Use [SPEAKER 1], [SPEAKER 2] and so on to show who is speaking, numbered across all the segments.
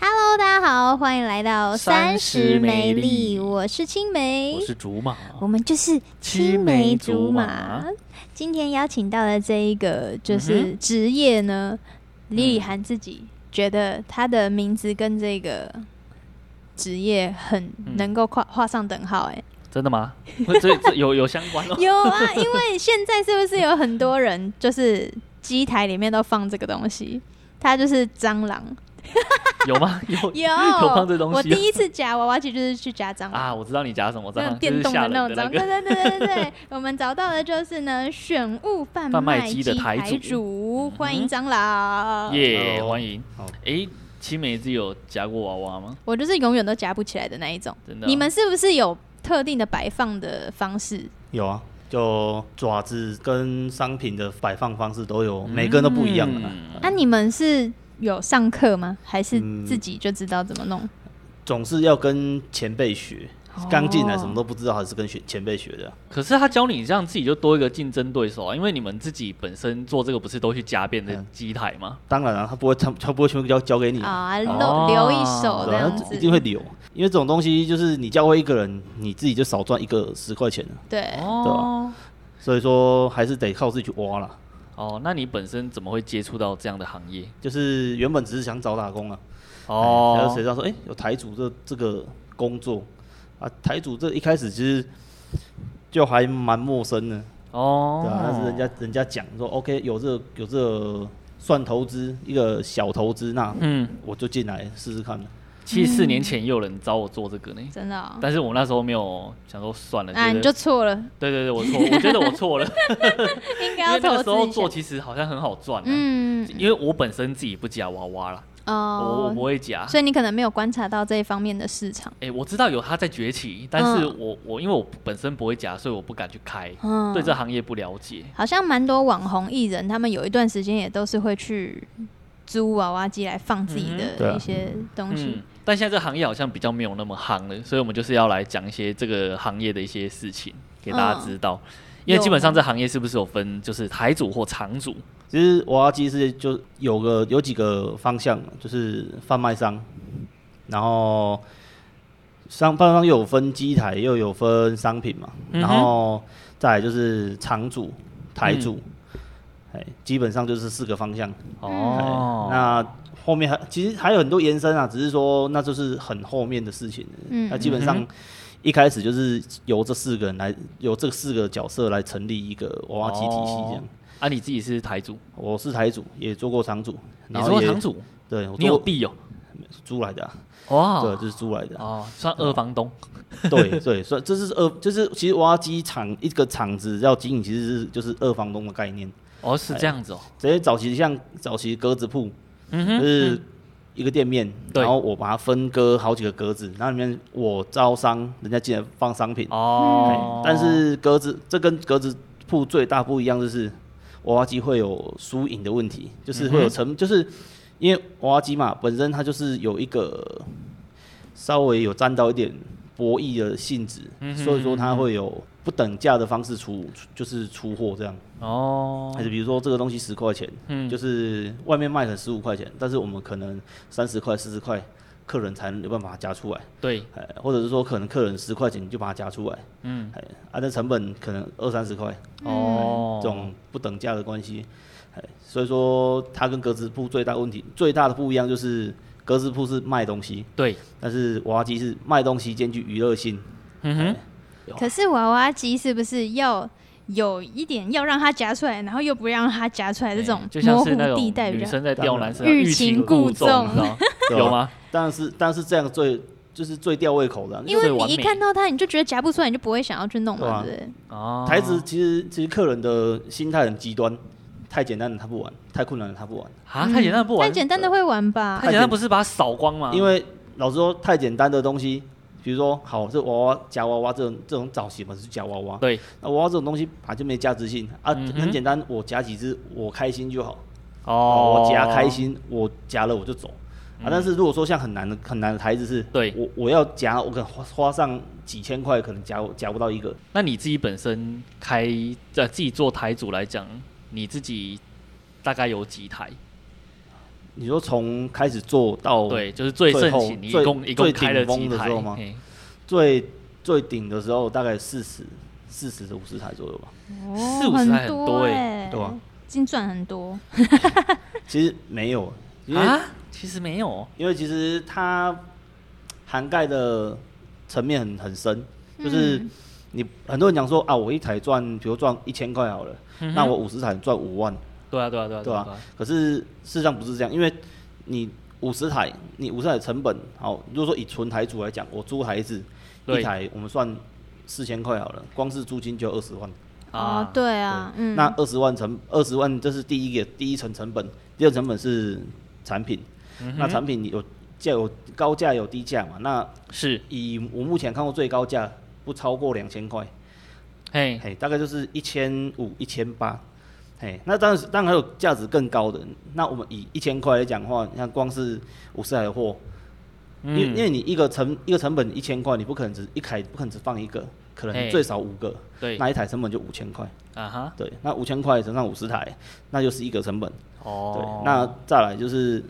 [SPEAKER 1] Hello，大家好，欢迎来到
[SPEAKER 2] 三
[SPEAKER 1] 十
[SPEAKER 2] 十
[SPEAKER 1] 美
[SPEAKER 2] 美
[SPEAKER 1] 丽，
[SPEAKER 2] 丽
[SPEAKER 1] 我是青梅
[SPEAKER 2] 我，是竹马，
[SPEAKER 1] 我们就是青
[SPEAKER 2] 青
[SPEAKER 1] 梅
[SPEAKER 2] 梅
[SPEAKER 1] 竹
[SPEAKER 2] 竹
[SPEAKER 1] 马
[SPEAKER 2] 马。
[SPEAKER 1] 今天邀请到的这一个就
[SPEAKER 2] 嗯
[SPEAKER 1] 是职业呢，李李涵自己觉得他的名字跟这个职业很
[SPEAKER 2] 嗯
[SPEAKER 1] 能够画画上等号、哎、
[SPEAKER 2] 真的吗？ 会这这有有相关 哦。
[SPEAKER 1] 有 啊，因为现在是不是有很多人就是机台里面都放这个东西？它就是蟑螂，
[SPEAKER 2] 有吗？有
[SPEAKER 1] 有
[SPEAKER 2] 有放这东
[SPEAKER 1] 我
[SPEAKER 2] 西哦
[SPEAKER 1] 第一次夹娃娃机就是去夹蟑螂
[SPEAKER 2] 啊！我知道你夹什么蟑
[SPEAKER 1] 那
[SPEAKER 2] 螂，
[SPEAKER 1] 种
[SPEAKER 2] 就
[SPEAKER 1] 电
[SPEAKER 2] 是
[SPEAKER 1] 动的
[SPEAKER 2] 吓人
[SPEAKER 1] 那
[SPEAKER 2] 的
[SPEAKER 1] 种
[SPEAKER 2] 那
[SPEAKER 1] 蟑，对
[SPEAKER 2] 个。
[SPEAKER 1] 对对对 对，我们找到的就是呢，选物贩
[SPEAKER 2] 贩卖
[SPEAKER 1] 机
[SPEAKER 2] 机的台
[SPEAKER 1] 台
[SPEAKER 2] 主
[SPEAKER 1] 主，欢迎
[SPEAKER 2] 嗯
[SPEAKER 1] 蟑螂。
[SPEAKER 2] 耶，
[SPEAKER 3] 哦
[SPEAKER 2] 欢迎
[SPEAKER 3] 好。
[SPEAKER 2] 诶，青梅自己有夹过娃娃吗？
[SPEAKER 1] 我就是永远都夹不起来的那一种。
[SPEAKER 2] 真的哦？
[SPEAKER 1] 你们是不是有特定的摆放的方式？
[SPEAKER 3] 有啊，就爪子跟商品的摆放方式都有，每个人都不一样啊。
[SPEAKER 2] 嗯
[SPEAKER 1] 那、你们是有上课吗？还是
[SPEAKER 3] 嗯
[SPEAKER 1] 自己就知道怎么弄？
[SPEAKER 3] 总是要跟前辈学
[SPEAKER 1] 哦，
[SPEAKER 3] 刚进来什么都不知道，还是跟学前辈学的啊。
[SPEAKER 2] 可是他教你这样，自己就多一个竞争对手啊，因为你们自己本身做这个不是都去加变的
[SPEAKER 3] 嗯
[SPEAKER 2] 机台吗？
[SPEAKER 3] 当然啊，他不会， 他他不会全部交交给你啊，
[SPEAKER 1] 啊，留
[SPEAKER 2] 哦
[SPEAKER 1] 留一手
[SPEAKER 3] 对
[SPEAKER 1] 这
[SPEAKER 3] 吧
[SPEAKER 1] 样
[SPEAKER 3] 他一
[SPEAKER 1] 子。
[SPEAKER 3] 定会留，因为这种东西就是你教会一个人，你自己就少赚一个十块钱了，
[SPEAKER 1] 对，
[SPEAKER 2] 哦
[SPEAKER 3] 啊所以说还是得靠自己去挖啦。
[SPEAKER 2] 哦，那你本身怎么会接触到这样的行业？
[SPEAKER 3] 就是原本只是想找打工啊，然后
[SPEAKER 2] 哦
[SPEAKER 3] 谁，知道说，哎、有台主这这个工作啊，台主这一开始其实就还蛮陌生的，
[SPEAKER 2] 哦，
[SPEAKER 3] 对啊，但是人家人家讲说，OK，有这有这个算投资一个小投资，那
[SPEAKER 2] 嗯，
[SPEAKER 3] 我就进来试试看了。
[SPEAKER 2] 其实
[SPEAKER 1] 嗯
[SPEAKER 2] 四年前也有人找我做这个呢，
[SPEAKER 1] 真的哦。
[SPEAKER 2] 但是我那时候没有想说算了，
[SPEAKER 1] 啊，
[SPEAKER 2] 觉
[SPEAKER 1] 你
[SPEAKER 2] 得
[SPEAKER 1] 就错 了，
[SPEAKER 2] 对对对，我错，我觉得我错了，
[SPEAKER 1] 应
[SPEAKER 2] 因
[SPEAKER 1] 该要
[SPEAKER 2] 为那
[SPEAKER 1] 投
[SPEAKER 2] 个时候
[SPEAKER 1] 资
[SPEAKER 2] 做
[SPEAKER 1] 一下。
[SPEAKER 2] 其实好像很好赚、嗯，
[SPEAKER 1] 嗯，
[SPEAKER 2] 因为我本身自己不夹娃娃啦，我我
[SPEAKER 1] 哦
[SPEAKER 2] 不，会夹。
[SPEAKER 1] 所以你可能没有观察到这一方面的市场。
[SPEAKER 2] 哎、我知道有它在崛起，但是
[SPEAKER 1] 嗯
[SPEAKER 2] 我、我因为我本身不会夹，所以我不敢去开，
[SPEAKER 1] 嗯，
[SPEAKER 2] 对这行业不了解。
[SPEAKER 1] 好像蛮多网红艺人，他们有一段时间也都是会去租娃娃机来放自己
[SPEAKER 2] 嗯
[SPEAKER 3] 对
[SPEAKER 1] 的
[SPEAKER 3] 啊
[SPEAKER 1] 一些东西
[SPEAKER 2] 嗯。，但现在这行业好像比较没有那么夯了，所以我们就是要来讲一些这个行业的一些事情给大家知
[SPEAKER 1] 嗯
[SPEAKER 2] 道。因为基本上这行业是不是有分就是台主或场主？
[SPEAKER 3] 其实娃娃机是就有个有几个方向，就是贩卖商，然后商贩卖商又有分机台，又有分商品嘛，
[SPEAKER 2] 嗯哼
[SPEAKER 3] 然后再来就是场主、台主，
[SPEAKER 2] 嗯
[SPEAKER 3] 哎、基本上就是四个方向。
[SPEAKER 1] 嗯
[SPEAKER 2] 哦，
[SPEAKER 3] 那后面还其实还有很多延伸啊，只是说那就是很后面的事情了。
[SPEAKER 1] 嗯
[SPEAKER 3] 那基本上
[SPEAKER 2] 嗯
[SPEAKER 3] 一开始就是由这四个人来，由这四个角色来成立一个娃娃机体系这样。
[SPEAKER 2] 啊，你自己是台主，
[SPEAKER 3] 我是台主，也做过场主，
[SPEAKER 2] 你
[SPEAKER 3] 然
[SPEAKER 2] 说
[SPEAKER 3] 后也
[SPEAKER 2] 场主，
[SPEAKER 3] 对，我
[SPEAKER 2] 你有
[SPEAKER 3] 做过
[SPEAKER 2] 地哦，
[SPEAKER 3] 租来的、啊，
[SPEAKER 2] 哇，
[SPEAKER 3] 对，这是租来的啊、
[SPEAKER 2] 哦，算二房东，
[SPEAKER 3] 对对，所以这是二，就是其实娃娃机厂一个厂子要经营，其实是就是二房东的概念。
[SPEAKER 2] 哦，是这样子哦，
[SPEAKER 3] 直接早期像早期格子铺，
[SPEAKER 2] 嗯
[SPEAKER 3] 就
[SPEAKER 2] 哼，
[SPEAKER 3] 是一个店面，
[SPEAKER 2] 对
[SPEAKER 3] 然后我把它分割好几个格子，那里面我招商，人家进来放商品。
[SPEAKER 2] 哦，
[SPEAKER 3] 但是格子这跟格子铺最大不一样就是，娃娃机会有输赢的问题，
[SPEAKER 2] 嗯
[SPEAKER 3] 就是会有成，就是因为娃娃机嘛本身它就是有一个稍微有沾到一点博弈的性质，
[SPEAKER 2] 嗯
[SPEAKER 3] 所以说它会有不等价的方式出，出就是出货这样。
[SPEAKER 2] 哦
[SPEAKER 3] 还，是比如说这个东西十块钱，
[SPEAKER 2] 嗯
[SPEAKER 3] 就是外面卖可能十五块钱，但是我们可能三十块、四十块，客人才有办法夹出来，
[SPEAKER 2] 对，
[SPEAKER 3] 哎，或者是说可能客人十块钱你就把它夹出来，
[SPEAKER 2] 嗯，
[SPEAKER 3] 哎，啊，这成本可能二三十块，
[SPEAKER 2] 哦
[SPEAKER 3] 嗯这，种不等价的关系，哎，所以说它跟格子铺最大问题最大的不一样就是格子铺是卖东西，
[SPEAKER 2] 对，
[SPEAKER 3] 但是娃娃机是卖东西兼具娱乐性，
[SPEAKER 2] 嗯哼，
[SPEAKER 1] 可是娃娃机是不是要有一点要让它夹出来，然后又不让它夹出来这种
[SPEAKER 2] 哎就
[SPEAKER 1] 模
[SPEAKER 2] 像是那
[SPEAKER 1] 糊
[SPEAKER 2] 种
[SPEAKER 1] 地带比
[SPEAKER 2] 女
[SPEAKER 1] 较？
[SPEAKER 2] 生在钓男生
[SPEAKER 1] 欲擒故纵
[SPEAKER 2] 你知道吗
[SPEAKER 3] 对吧
[SPEAKER 2] 有？吗？
[SPEAKER 3] 但是但是这样最就是最吊胃口的啊，
[SPEAKER 1] 因为
[SPEAKER 2] 最完
[SPEAKER 1] 你一
[SPEAKER 2] 美
[SPEAKER 1] 看到它，你就觉得夹不出来，你就不会想要去弄嘛，对
[SPEAKER 3] 对
[SPEAKER 1] 不对？
[SPEAKER 2] 哦，
[SPEAKER 3] 台子其实其实客人的心态很极端，太简单的他不玩，太困难的他不玩。
[SPEAKER 2] 啊，太简单不玩，
[SPEAKER 1] 太简单的会玩吧？
[SPEAKER 2] 太简单不是把它扫光吗？
[SPEAKER 3] 因为老实说，太简单的东西，比如说好这娃娃夹娃娃这种这种早期嘛是夹娃娃，
[SPEAKER 2] 对，
[SPEAKER 3] 那娃娃这种东西本来就没价值性啊，
[SPEAKER 2] 嗯哼
[SPEAKER 3] 很简单，我夹几只我开心就好，
[SPEAKER 2] 哦，
[SPEAKER 3] 我夹开，心，我夹了我就走。啊，但是如果说像很难的很难的台子是，
[SPEAKER 2] 嗯对
[SPEAKER 3] 我我要夹，我可能花花上几千块，可能夹夹不到一个。
[SPEAKER 2] 那你自己本身开呃自己做台主来讲，你自己大概有几台？
[SPEAKER 3] 你说从开始做到
[SPEAKER 2] 对，就是最盛
[SPEAKER 3] 哦最后
[SPEAKER 2] 行，一
[SPEAKER 3] 最
[SPEAKER 2] 共一共
[SPEAKER 3] 最
[SPEAKER 2] 开了
[SPEAKER 3] 顶
[SPEAKER 2] 几
[SPEAKER 3] 峰的
[SPEAKER 2] 台
[SPEAKER 3] 时候吗
[SPEAKER 2] 嘿
[SPEAKER 3] 最最顶的时候，大概四十、四十五十台左右吧。
[SPEAKER 1] 哦
[SPEAKER 2] 四五十还很多欸
[SPEAKER 1] 哎
[SPEAKER 3] 对啊
[SPEAKER 1] 金钻很多，
[SPEAKER 3] 其实没有，因为、
[SPEAKER 2] 啊，其实没有哦，
[SPEAKER 3] 因为其实它涵盖的层面很很深，就是
[SPEAKER 1] 嗯
[SPEAKER 3] 你很多人讲说啊，我一台赚，比如赚一千块好了，
[SPEAKER 2] 嗯哼
[SPEAKER 3] 那我五十台赚五万，
[SPEAKER 2] 对啊，对啊，对啊，
[SPEAKER 3] 对
[SPEAKER 2] 啊
[SPEAKER 3] 吧、
[SPEAKER 2] 对啊，
[SPEAKER 3] 可是事实上不是这样，因为你五十台，你五十台的成本好，如果说以纯台主来讲，我租台子
[SPEAKER 2] 对
[SPEAKER 3] 一台，我们算四千块好了，光是租金就二十万。
[SPEAKER 1] 哦，对啊，嗯，
[SPEAKER 3] 那二十万成二十万，这是第一个第一层成本，第二成本是产品。
[SPEAKER 2] 嗯
[SPEAKER 3] 那产品有价有高价有低价嘛？那
[SPEAKER 2] 是，
[SPEAKER 3] 以我目前看过最高价不超过两千块，
[SPEAKER 2] 嘿，
[SPEAKER 3] 嘿，大概就是一千五、一千八。嘿，那当然是当然还有价值更高的。那我们以一千块来讲的话，你看光是五十台的货，因为、因
[SPEAKER 2] 嗯，
[SPEAKER 3] 为你一个成一个成本一千块，你不可能只一台不可能只放一个，可
[SPEAKER 2] 嘿
[SPEAKER 3] 能最少五个，
[SPEAKER 2] 对，
[SPEAKER 3] 那一台成本就五千块。
[SPEAKER 2] 啊哈，
[SPEAKER 3] 对，那五千块乘上五十台，那就是一个成本。
[SPEAKER 2] 哦
[SPEAKER 3] 对，，那再来就是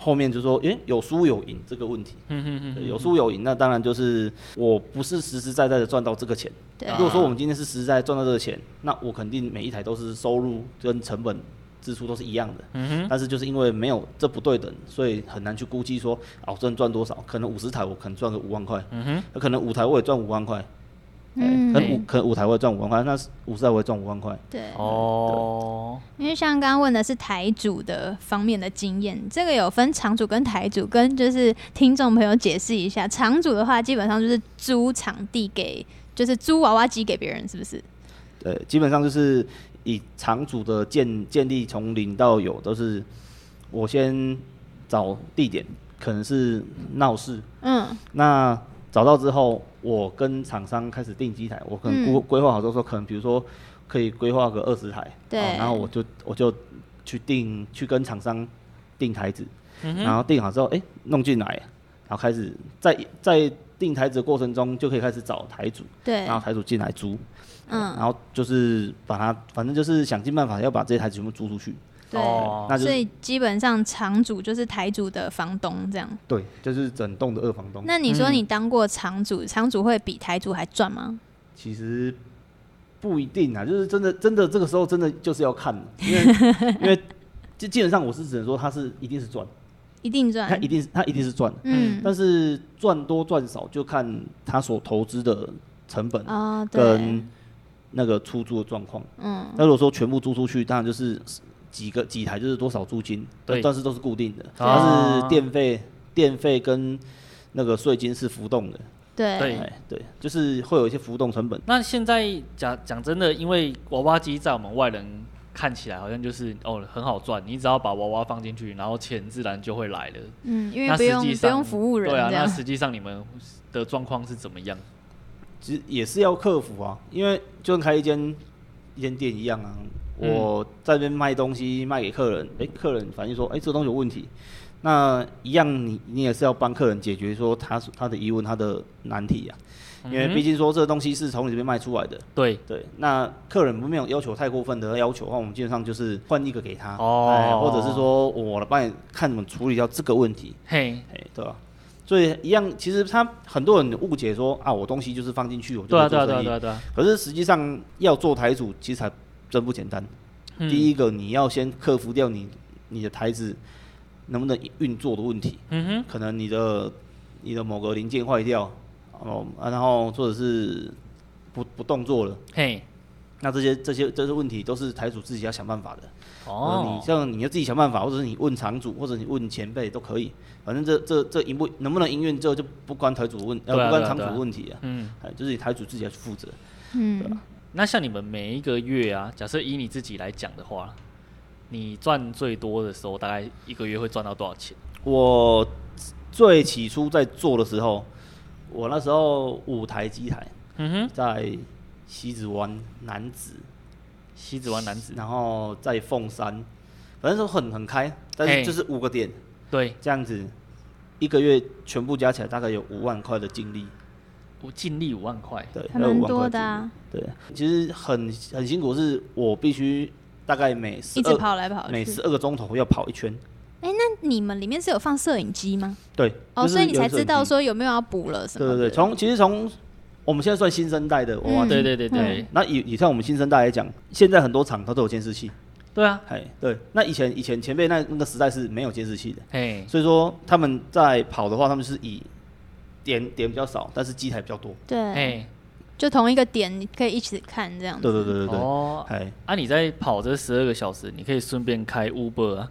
[SPEAKER 3] 后面就说，诶、有输有赢这个问题，
[SPEAKER 2] 嗯哼哼
[SPEAKER 3] 对，有输有赢，那当然就是我不是实实在在的赚到这个钱。
[SPEAKER 1] 对
[SPEAKER 2] 啊
[SPEAKER 3] 如果说我们今天是实实在在赚到这个钱，那我肯定每一台都是收入跟成本支出都是一样的。
[SPEAKER 2] 嗯哼，
[SPEAKER 3] 但是就是因为没有这不对等，所以很难去估计说，啊，我赚赚多少？可能五十台我可能赚个五万块，
[SPEAKER 2] 嗯哼，
[SPEAKER 3] 那可能五台我也赚五万块，
[SPEAKER 1] 嗯
[SPEAKER 3] 可能五可能五台我也赚五万块，那五十台我也赚五万块。
[SPEAKER 1] 对，
[SPEAKER 2] 哦，
[SPEAKER 1] 因为像刚刚问的是台主的方面的经验，这个有分场主跟台主，跟就是听众朋友解释一下。场主的话，基本上就是租场地给，就是租娃娃机给别人，是不是？
[SPEAKER 3] 对，呃基本上就是以场主的建建立从零到有，都是我先找地点，可能是闹市，
[SPEAKER 1] 嗯，
[SPEAKER 3] 那找到之后，我跟厂商开始定机台，我可
[SPEAKER 1] 嗯
[SPEAKER 3] 能规规划好之后，可能比如说可以规划个二十台，
[SPEAKER 1] 对
[SPEAKER 3] 哦然后我就我就去定去跟厂商定台子，然后定好之后，哎、弄进来，然后开始在在定台子的过程中就可以开始找台主，
[SPEAKER 1] 对
[SPEAKER 3] 然，后台主进来租。
[SPEAKER 1] 嗯，
[SPEAKER 3] 然后就是把它，反正就是想尽办法要把这些台子全部租出去。
[SPEAKER 1] 对。
[SPEAKER 2] 哦
[SPEAKER 3] 那就
[SPEAKER 1] 所
[SPEAKER 3] 是
[SPEAKER 1] 以基本上场主就是台主的房东这样。
[SPEAKER 3] 对，就是整栋的二房东。
[SPEAKER 1] 那你说你当过场主，场主会比台主还赚吗？
[SPEAKER 3] 其实不一定啊，就是真的真的这个时候真的就是要看，因 为因为基基本上我是只能说它是一定是赚，
[SPEAKER 1] 一定
[SPEAKER 3] 它
[SPEAKER 1] 赚
[SPEAKER 3] 一。定是它一定是赚，
[SPEAKER 1] 嗯，
[SPEAKER 3] 但是赚多赚少就看他所投资的成本
[SPEAKER 1] 哦，对，
[SPEAKER 3] 嗯跟那个出租的状况。
[SPEAKER 1] 嗯，
[SPEAKER 3] 那如果说全部租出去，当然就是几个几台就是多少租金，
[SPEAKER 2] 对
[SPEAKER 3] 但是都是固定的，
[SPEAKER 2] 啊
[SPEAKER 3] 但是电费、电费跟那个税金是浮动的，
[SPEAKER 1] 对，
[SPEAKER 2] 对。
[SPEAKER 3] 哎，对，就是会有一些浮动成本。
[SPEAKER 2] 那现在讲讲真的，因为娃娃机在我们外人看起来好像就是哦很好赚，你只要把娃娃放进去，然后钱自然就会来了。
[SPEAKER 1] 嗯，因为
[SPEAKER 2] 那
[SPEAKER 1] 不
[SPEAKER 2] 实
[SPEAKER 1] 用
[SPEAKER 2] 际
[SPEAKER 1] 不
[SPEAKER 2] 上
[SPEAKER 1] 用服务人
[SPEAKER 2] 对啊，
[SPEAKER 1] 这
[SPEAKER 2] 那
[SPEAKER 1] 样。
[SPEAKER 2] 实际上你们的状况是怎么样？
[SPEAKER 3] 其实也是要克服啊，因为就跟开一间一间店一样啊，
[SPEAKER 2] 嗯
[SPEAKER 3] 我在那边卖东西卖给客人，哎、客人反映说，哎、这个东西有问题，那一样你你也是要帮客人解决说他他的疑问他的难题啊，
[SPEAKER 2] 嗯
[SPEAKER 3] 因为毕竟说这个东西是从你这边卖出来的，
[SPEAKER 2] 对，
[SPEAKER 3] 对，那客人没有要求太过分的要求的话，我们基本上就是换一个给他，
[SPEAKER 2] 哦
[SPEAKER 3] 哎或者是说我来帮你看怎么处理掉这个问题，
[SPEAKER 2] 嘿，
[SPEAKER 3] 哎，对吧？所以一样，其实他很多人误解说啊，我东西就是放进 去，我就
[SPEAKER 2] 对啊，
[SPEAKER 3] 能
[SPEAKER 2] 对
[SPEAKER 3] 做
[SPEAKER 2] 啊，对啊，
[SPEAKER 3] 生
[SPEAKER 2] 对
[SPEAKER 3] 意。
[SPEAKER 2] 啊，对啊，
[SPEAKER 3] 可是实际上要做台主，其实还真不简单。
[SPEAKER 2] 嗯
[SPEAKER 3] 第一个，你要先克服掉你你的台子能不能运作的问题，
[SPEAKER 2] 嗯哼，
[SPEAKER 3] 可能你的你的某个零件坏掉，哦、啊然后或者是不不动作了。
[SPEAKER 2] 嘿，
[SPEAKER 3] 那这些这些这些问题都是台主自己要想办法的。呃
[SPEAKER 2] 哦
[SPEAKER 3] 你，像你要自己想办法，或者是你问厂主，或者你问前辈都可以。反正这这这赢不能不能营运，这就不关台主问，呃，
[SPEAKER 2] 对啊
[SPEAKER 3] 不关
[SPEAKER 2] 对啊
[SPEAKER 3] 厂
[SPEAKER 2] 对啊
[SPEAKER 3] 主问题啊。
[SPEAKER 2] 嗯，
[SPEAKER 3] 哎，就是你台主自己要去负责。
[SPEAKER 1] 嗯，
[SPEAKER 2] 那像你们每一个月啊，假设以你自己来讲的话，你赚最多的时候，大概一个月会赚到多少钱？
[SPEAKER 3] 我最起初在做的时候，我那时候五台机台
[SPEAKER 2] 嗯哼，
[SPEAKER 3] 在西子湾、南子，
[SPEAKER 2] 西子湾男子，
[SPEAKER 3] 然后在凤山，反正都很很开，但
[SPEAKER 2] 嘿
[SPEAKER 3] 是就是五个点
[SPEAKER 2] 对，
[SPEAKER 3] 这样子，一个月全部加起来大概有五万块的净利。
[SPEAKER 2] 我净利五万块，
[SPEAKER 3] 对，呃
[SPEAKER 1] 还
[SPEAKER 3] 要有
[SPEAKER 1] 蛮
[SPEAKER 3] 网
[SPEAKER 1] 多
[SPEAKER 3] 购
[SPEAKER 1] 的
[SPEAKER 3] 经验
[SPEAKER 1] 啊
[SPEAKER 3] 对，其实很很辛苦，是我必须大概每
[SPEAKER 1] 一直
[SPEAKER 3] 12
[SPEAKER 1] 跑来跑
[SPEAKER 3] 每
[SPEAKER 1] 去。
[SPEAKER 3] 十二个钟头要跑一圈，
[SPEAKER 1] 哎、那你们里面是有放摄影机吗？
[SPEAKER 3] 对，
[SPEAKER 1] 哦，
[SPEAKER 3] 就是
[SPEAKER 1] 所以你
[SPEAKER 3] 有
[SPEAKER 1] 才
[SPEAKER 3] 摄
[SPEAKER 1] 知
[SPEAKER 3] 影
[SPEAKER 1] 道
[SPEAKER 3] 机
[SPEAKER 1] 说有没有要补了什
[SPEAKER 3] 对
[SPEAKER 1] 么的。
[SPEAKER 3] 对对，从其实从我们现在算新生代的娃
[SPEAKER 1] 嗯
[SPEAKER 3] 娃机，
[SPEAKER 2] 对对对对
[SPEAKER 3] 那以以像我们新生代来讲，现在很多厂它都有监视器，
[SPEAKER 2] 对啊，
[SPEAKER 3] 哎，对，那以前以前前辈那那个时代是没有监视器的，
[SPEAKER 2] 嘿，
[SPEAKER 3] 所以说他们在跑的话，他们是以点点比较少，但是机台比较多。
[SPEAKER 1] 对
[SPEAKER 2] 嘿，
[SPEAKER 1] 就同一个点你可以一起看这样。
[SPEAKER 3] 对对对对对，
[SPEAKER 2] 哦，
[SPEAKER 3] 哎、
[SPEAKER 2] 啊，你在跑这十二个小时，你可以顺便开 Uber 啊？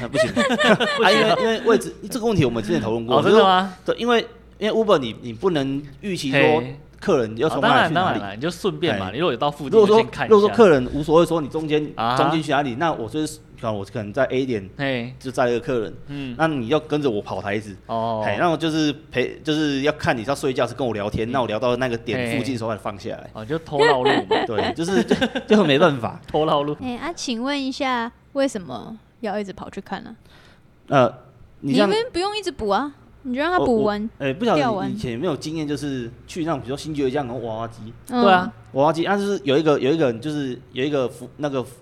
[SPEAKER 3] 那不行， 啊，因为因为位置这个问题我们之前讨论过，
[SPEAKER 2] 哦，真的？吗？
[SPEAKER 3] 对，因为因为 Uber 你你不能预期说
[SPEAKER 2] 嘿
[SPEAKER 3] 客人要
[SPEAKER 2] 哦
[SPEAKER 3] 从
[SPEAKER 2] 当
[SPEAKER 3] 哪里
[SPEAKER 2] 然
[SPEAKER 3] 去
[SPEAKER 2] 当
[SPEAKER 3] 哪
[SPEAKER 2] 然
[SPEAKER 3] 里。
[SPEAKER 2] 啦，你就顺便嘛。
[SPEAKER 3] 哎
[SPEAKER 2] 你如果有到附
[SPEAKER 3] 如
[SPEAKER 2] 近，
[SPEAKER 3] 果
[SPEAKER 2] 就
[SPEAKER 3] 说
[SPEAKER 2] 先看一下。
[SPEAKER 3] 如果说客人无所谓说你中间
[SPEAKER 2] 啊
[SPEAKER 3] 中间去哪里，那我就是可能我可能在 A 点
[SPEAKER 2] 嘿，
[SPEAKER 3] 就载了个客人，
[SPEAKER 2] 嗯，
[SPEAKER 3] 那你要跟着我跑台子，
[SPEAKER 2] 哦，
[SPEAKER 3] 哎，那我就是陪，就是要看你是要睡觉是跟我聊天，那我聊到那个点附近的时候才放下 来。
[SPEAKER 2] 哦，就偷绕路 嘛，
[SPEAKER 3] 对，就是就就很没办法。
[SPEAKER 2] 偷绕路。
[SPEAKER 1] 哎、啊，请问一下，为什么要一直跑去看呢、
[SPEAKER 3] 呃，你
[SPEAKER 1] 你
[SPEAKER 3] 像
[SPEAKER 1] 们不用一直补啊，你就让它
[SPEAKER 3] 我
[SPEAKER 1] 补
[SPEAKER 3] 我
[SPEAKER 1] 完。
[SPEAKER 3] 哎，不晓
[SPEAKER 1] 掉
[SPEAKER 3] 得
[SPEAKER 1] 完
[SPEAKER 3] 你以前有没有经验，就是去那种比如说新爵这样的娃娃机，
[SPEAKER 1] 嗯
[SPEAKER 2] 对啊，，
[SPEAKER 3] 娃娃机，那就是有一个有一个人就是有一个服那个服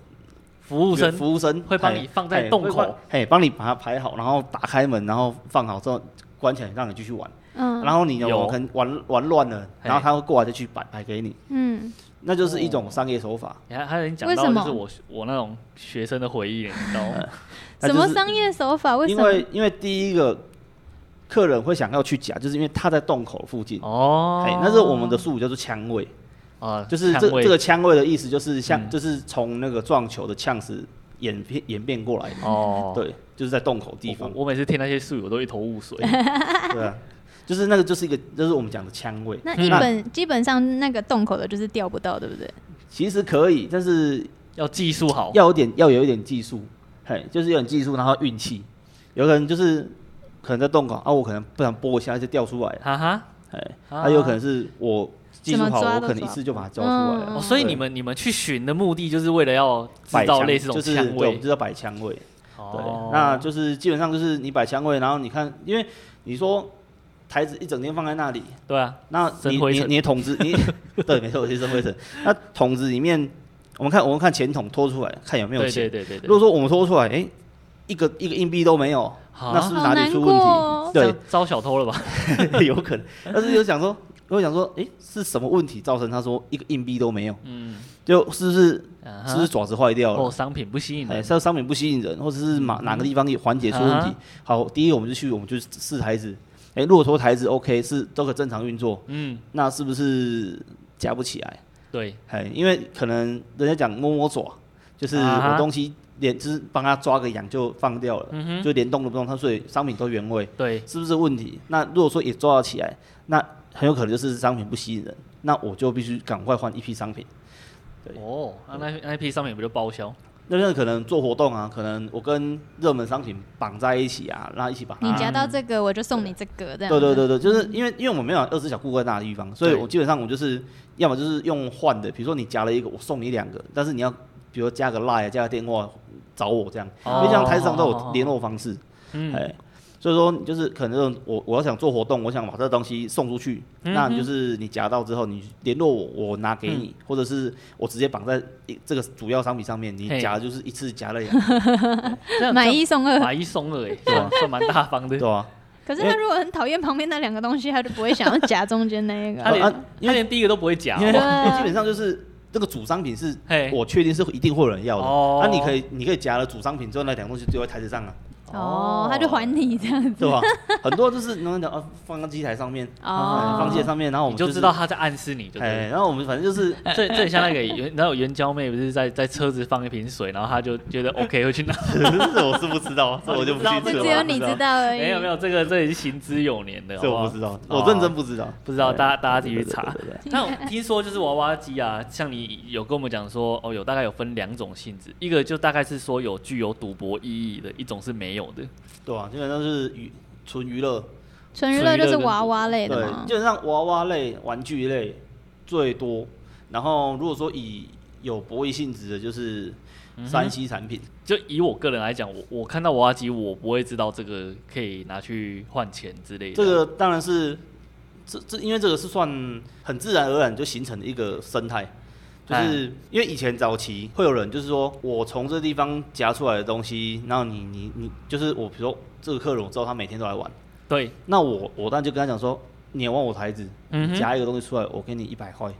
[SPEAKER 2] 服务生
[SPEAKER 3] 服务生
[SPEAKER 2] 会帮你
[SPEAKER 3] 哎
[SPEAKER 2] 放在
[SPEAKER 3] 哎
[SPEAKER 2] 洞
[SPEAKER 3] 会
[SPEAKER 2] 口
[SPEAKER 3] 帮哎，帮你把它排好，然后打开门，然后放好之后关起来，让你继续玩。
[SPEAKER 1] 嗯，
[SPEAKER 3] 然后你
[SPEAKER 2] 有
[SPEAKER 3] 有可能玩玩乱了，然后
[SPEAKER 2] 哎
[SPEAKER 3] 他会过来就去摆摆给你，
[SPEAKER 1] 嗯，
[SPEAKER 3] 那就是一
[SPEAKER 2] 哦
[SPEAKER 3] 种商业手法。
[SPEAKER 2] 你还还能讲
[SPEAKER 1] 为
[SPEAKER 2] 到
[SPEAKER 1] 什
[SPEAKER 2] 就
[SPEAKER 1] 么
[SPEAKER 2] 是我我那种学生的回忆，你 知道吗？
[SPEAKER 3] 哎那
[SPEAKER 1] 什
[SPEAKER 3] 就
[SPEAKER 1] 么
[SPEAKER 3] 是
[SPEAKER 1] 商业手法？为什
[SPEAKER 3] 因
[SPEAKER 1] 么？
[SPEAKER 3] 为因为第一个客人会想要去夹，就是因为他在洞口附近。
[SPEAKER 2] 哦
[SPEAKER 3] 哎，，那是我们的术语叫做枪位，
[SPEAKER 2] 啊，
[SPEAKER 3] 就是这
[SPEAKER 2] 摊位
[SPEAKER 3] 这个枪位的意思，就是像、
[SPEAKER 2] 嗯
[SPEAKER 3] 就是从那个撞球的呛死演变演变过来的，
[SPEAKER 2] 哦，
[SPEAKER 3] 对，就是在洞口地方
[SPEAKER 2] 我，我每次听那些术语，我都一头雾 水。
[SPEAKER 3] 对啊，就是那个就是一个就是我们讲的 枪位，
[SPEAKER 1] 那一本、基本上那个洞口的就是钓不到，对不对？
[SPEAKER 3] 其实可以，但是
[SPEAKER 2] 要技术好，
[SPEAKER 3] 要有点要有一点技术，嘿，就是有点技术，然后运气，有可能就是可能在洞口啊，我可能不想拨一下就掉出来了，
[SPEAKER 2] 哈哈。
[SPEAKER 3] 哎，
[SPEAKER 2] 啊
[SPEAKER 3] 它有可能是我技术
[SPEAKER 1] 怎么
[SPEAKER 3] 好，
[SPEAKER 1] 抓
[SPEAKER 3] 我
[SPEAKER 1] 都
[SPEAKER 3] 可能一
[SPEAKER 1] 抓
[SPEAKER 3] 次就把它抓出来
[SPEAKER 1] 嗯
[SPEAKER 3] 了。
[SPEAKER 2] 哦，所以
[SPEAKER 3] 对
[SPEAKER 2] 你们你们去寻的目的就是为了要
[SPEAKER 3] 摆
[SPEAKER 2] 制造
[SPEAKER 3] 枪
[SPEAKER 2] 类似这种
[SPEAKER 3] 就是
[SPEAKER 2] 香
[SPEAKER 3] 对，我们
[SPEAKER 2] 味
[SPEAKER 3] 就。叫摆枪位。对
[SPEAKER 2] 哦，，
[SPEAKER 3] 那就是基本上就是你摆枪位，然后你看，因为你说台子一整天放在那里，
[SPEAKER 2] 对啊，
[SPEAKER 3] 那
[SPEAKER 2] 生
[SPEAKER 3] 你
[SPEAKER 2] 灰
[SPEAKER 3] 你
[SPEAKER 2] 尘
[SPEAKER 3] 你的桶子，你 对，没错，我是生灰尘。那桶子里面，我们看我们看钱桶拖出来，看有没有
[SPEAKER 2] 对对
[SPEAKER 3] 钱。
[SPEAKER 2] 对对
[SPEAKER 3] 如果
[SPEAKER 2] 对，
[SPEAKER 3] 说我们拖出来，哎，一个一个硬币都没有，
[SPEAKER 2] 啊
[SPEAKER 3] 那是不是哪里出
[SPEAKER 1] 好难过哦
[SPEAKER 3] 问题？ 对，
[SPEAKER 2] 招小偷了吧？
[SPEAKER 3] 有可能。但是有想说，有想说，哎，是什么问题造成他说一个硬币都没有？
[SPEAKER 2] 嗯，
[SPEAKER 3] 就是不是
[SPEAKER 2] 啊
[SPEAKER 3] 是不
[SPEAKER 2] 哈
[SPEAKER 3] 是爪子坏掉了
[SPEAKER 2] 哦，？商品不吸引
[SPEAKER 3] 哎，
[SPEAKER 2] 人，嗯
[SPEAKER 3] 这商品不吸引人，或者是哪哪个地方有环节出问
[SPEAKER 2] 啊
[SPEAKER 3] 题？好，第一个我们就去，我们就试台子。哎，如果说台子 OK 是都可正常运作，
[SPEAKER 2] 嗯，
[SPEAKER 3] 那是不是夹不起来？
[SPEAKER 2] 对，
[SPEAKER 3] 哎，因为可能人家讲摸摸爪，就是
[SPEAKER 2] 啊哈
[SPEAKER 3] 我东西连就是帮他抓个痒就放掉了，
[SPEAKER 2] 嗯哼，
[SPEAKER 3] 就连动都不动，它所以商品都原位，
[SPEAKER 2] 对，
[SPEAKER 3] 是不是问题？那如果说也抓得起来，那很有可能就是商品不吸引人，那我就必须赶快换一批商品。对
[SPEAKER 2] 哦，那那那批商品不就报销？
[SPEAKER 3] 那边可能做活动啊，可能我跟热门商品绑在一起啊，然后一起把它
[SPEAKER 1] 你夹到这个，我就送你这个，这样。
[SPEAKER 3] 对对。对对，就是因为因为我们没有二十四小顾客大的地方，所以
[SPEAKER 2] 嗯对
[SPEAKER 3] 我基本上我就是要么就是用换的，比如说你夹了一个，我送你两个，但是你要比如加个 line 啊加个电话找我这样，
[SPEAKER 2] 哦
[SPEAKER 3] 因为这样台上都
[SPEAKER 2] 哦哦哦
[SPEAKER 3] 有联络方式，
[SPEAKER 2] 嗯，
[SPEAKER 3] 哎，所以说你就是可能这种我我要想做活动，我想把这东西送出去，
[SPEAKER 2] 嗯嗯
[SPEAKER 3] 那你就是你夹到之后你联络我，我拿给你，或者是我直接绑在一这个主要商品上面，你
[SPEAKER 2] 嘿
[SPEAKER 3] 夹就是一次夹了 两个，
[SPEAKER 2] 这样
[SPEAKER 1] 买
[SPEAKER 2] 这样
[SPEAKER 1] 一送二，
[SPEAKER 2] 买一送二，哎，对吧？算蛮大方的
[SPEAKER 3] 啊对。吧？
[SPEAKER 1] 可是他如果很讨厌旁边那两个东西，他就不会想要夹中间那 一个。
[SPEAKER 2] 他连
[SPEAKER 3] 啊因
[SPEAKER 2] 他连第一个都不会夹
[SPEAKER 3] 因，为
[SPEAKER 1] 对
[SPEAKER 3] 因为基本上就是这个主商品是
[SPEAKER 2] 嘿
[SPEAKER 3] 我确定是一定会有人要的。啊
[SPEAKER 2] 哦
[SPEAKER 3] 那你可以你可以夹了主商品之后，那两个东西丢在台子上啊，
[SPEAKER 1] 哦，他就还，你这样 子。
[SPEAKER 3] 对吧？很多就是能讲啊，放到机台上面，
[SPEAKER 1] 哦
[SPEAKER 3] 哎，放机台上面，然后我
[SPEAKER 2] 你
[SPEAKER 3] 们
[SPEAKER 2] 就是知道他在暗示你，就对了
[SPEAKER 3] 哎，。然后我们反正就是
[SPEAKER 2] 这这很像那个袁，然后袁娇妹不是在在车子放一瓶水，然后她就觉得 OK 会去拿。
[SPEAKER 3] 这我是不知道，这我就不清
[SPEAKER 2] 你不知道
[SPEAKER 3] 楚了。
[SPEAKER 1] 只有哦你知，道而已。
[SPEAKER 2] 没有没有，这个这已经行之有年的，
[SPEAKER 3] 这
[SPEAKER 2] 好
[SPEAKER 3] 我
[SPEAKER 2] 好
[SPEAKER 3] 不知道，
[SPEAKER 2] 哦
[SPEAKER 3] 我认真不知道，
[SPEAKER 2] 不知道，大家
[SPEAKER 3] 对
[SPEAKER 2] 大家自己去查
[SPEAKER 3] 对对对对 对。
[SPEAKER 2] 那我听说就是娃娃机啊，像你有跟我们讲说，哦，有大概有分两种性质，一个就大概是说有具有赌博意义的，一种是没有的。
[SPEAKER 3] 对啊，基本上是娱纯娱乐，
[SPEAKER 1] 纯娱乐就是
[SPEAKER 2] 纯娱乐
[SPEAKER 1] 娃娃类的
[SPEAKER 3] 对，
[SPEAKER 1] 嘛
[SPEAKER 3] 基。本上娃娃类、玩具类最多。然后如果说以有博弈性质的，就是山西产品，
[SPEAKER 2] 就以我个人来讲，我我看到娃娃机，我不会知道这个可以拿去换钱之类的。
[SPEAKER 3] 这个当然是，这这因为这个是算很自然而然就形成的一个生态，就是因为以前早期会有人就是说我从这地方夹出来的东西，然后你你你就是我，比如说这个客人我知道他每天都来玩，
[SPEAKER 2] 对，
[SPEAKER 3] 那我我当然就跟他讲说，你玩我台子，
[SPEAKER 2] 嗯哼
[SPEAKER 3] 你夹一个东西出来，我给你一百块，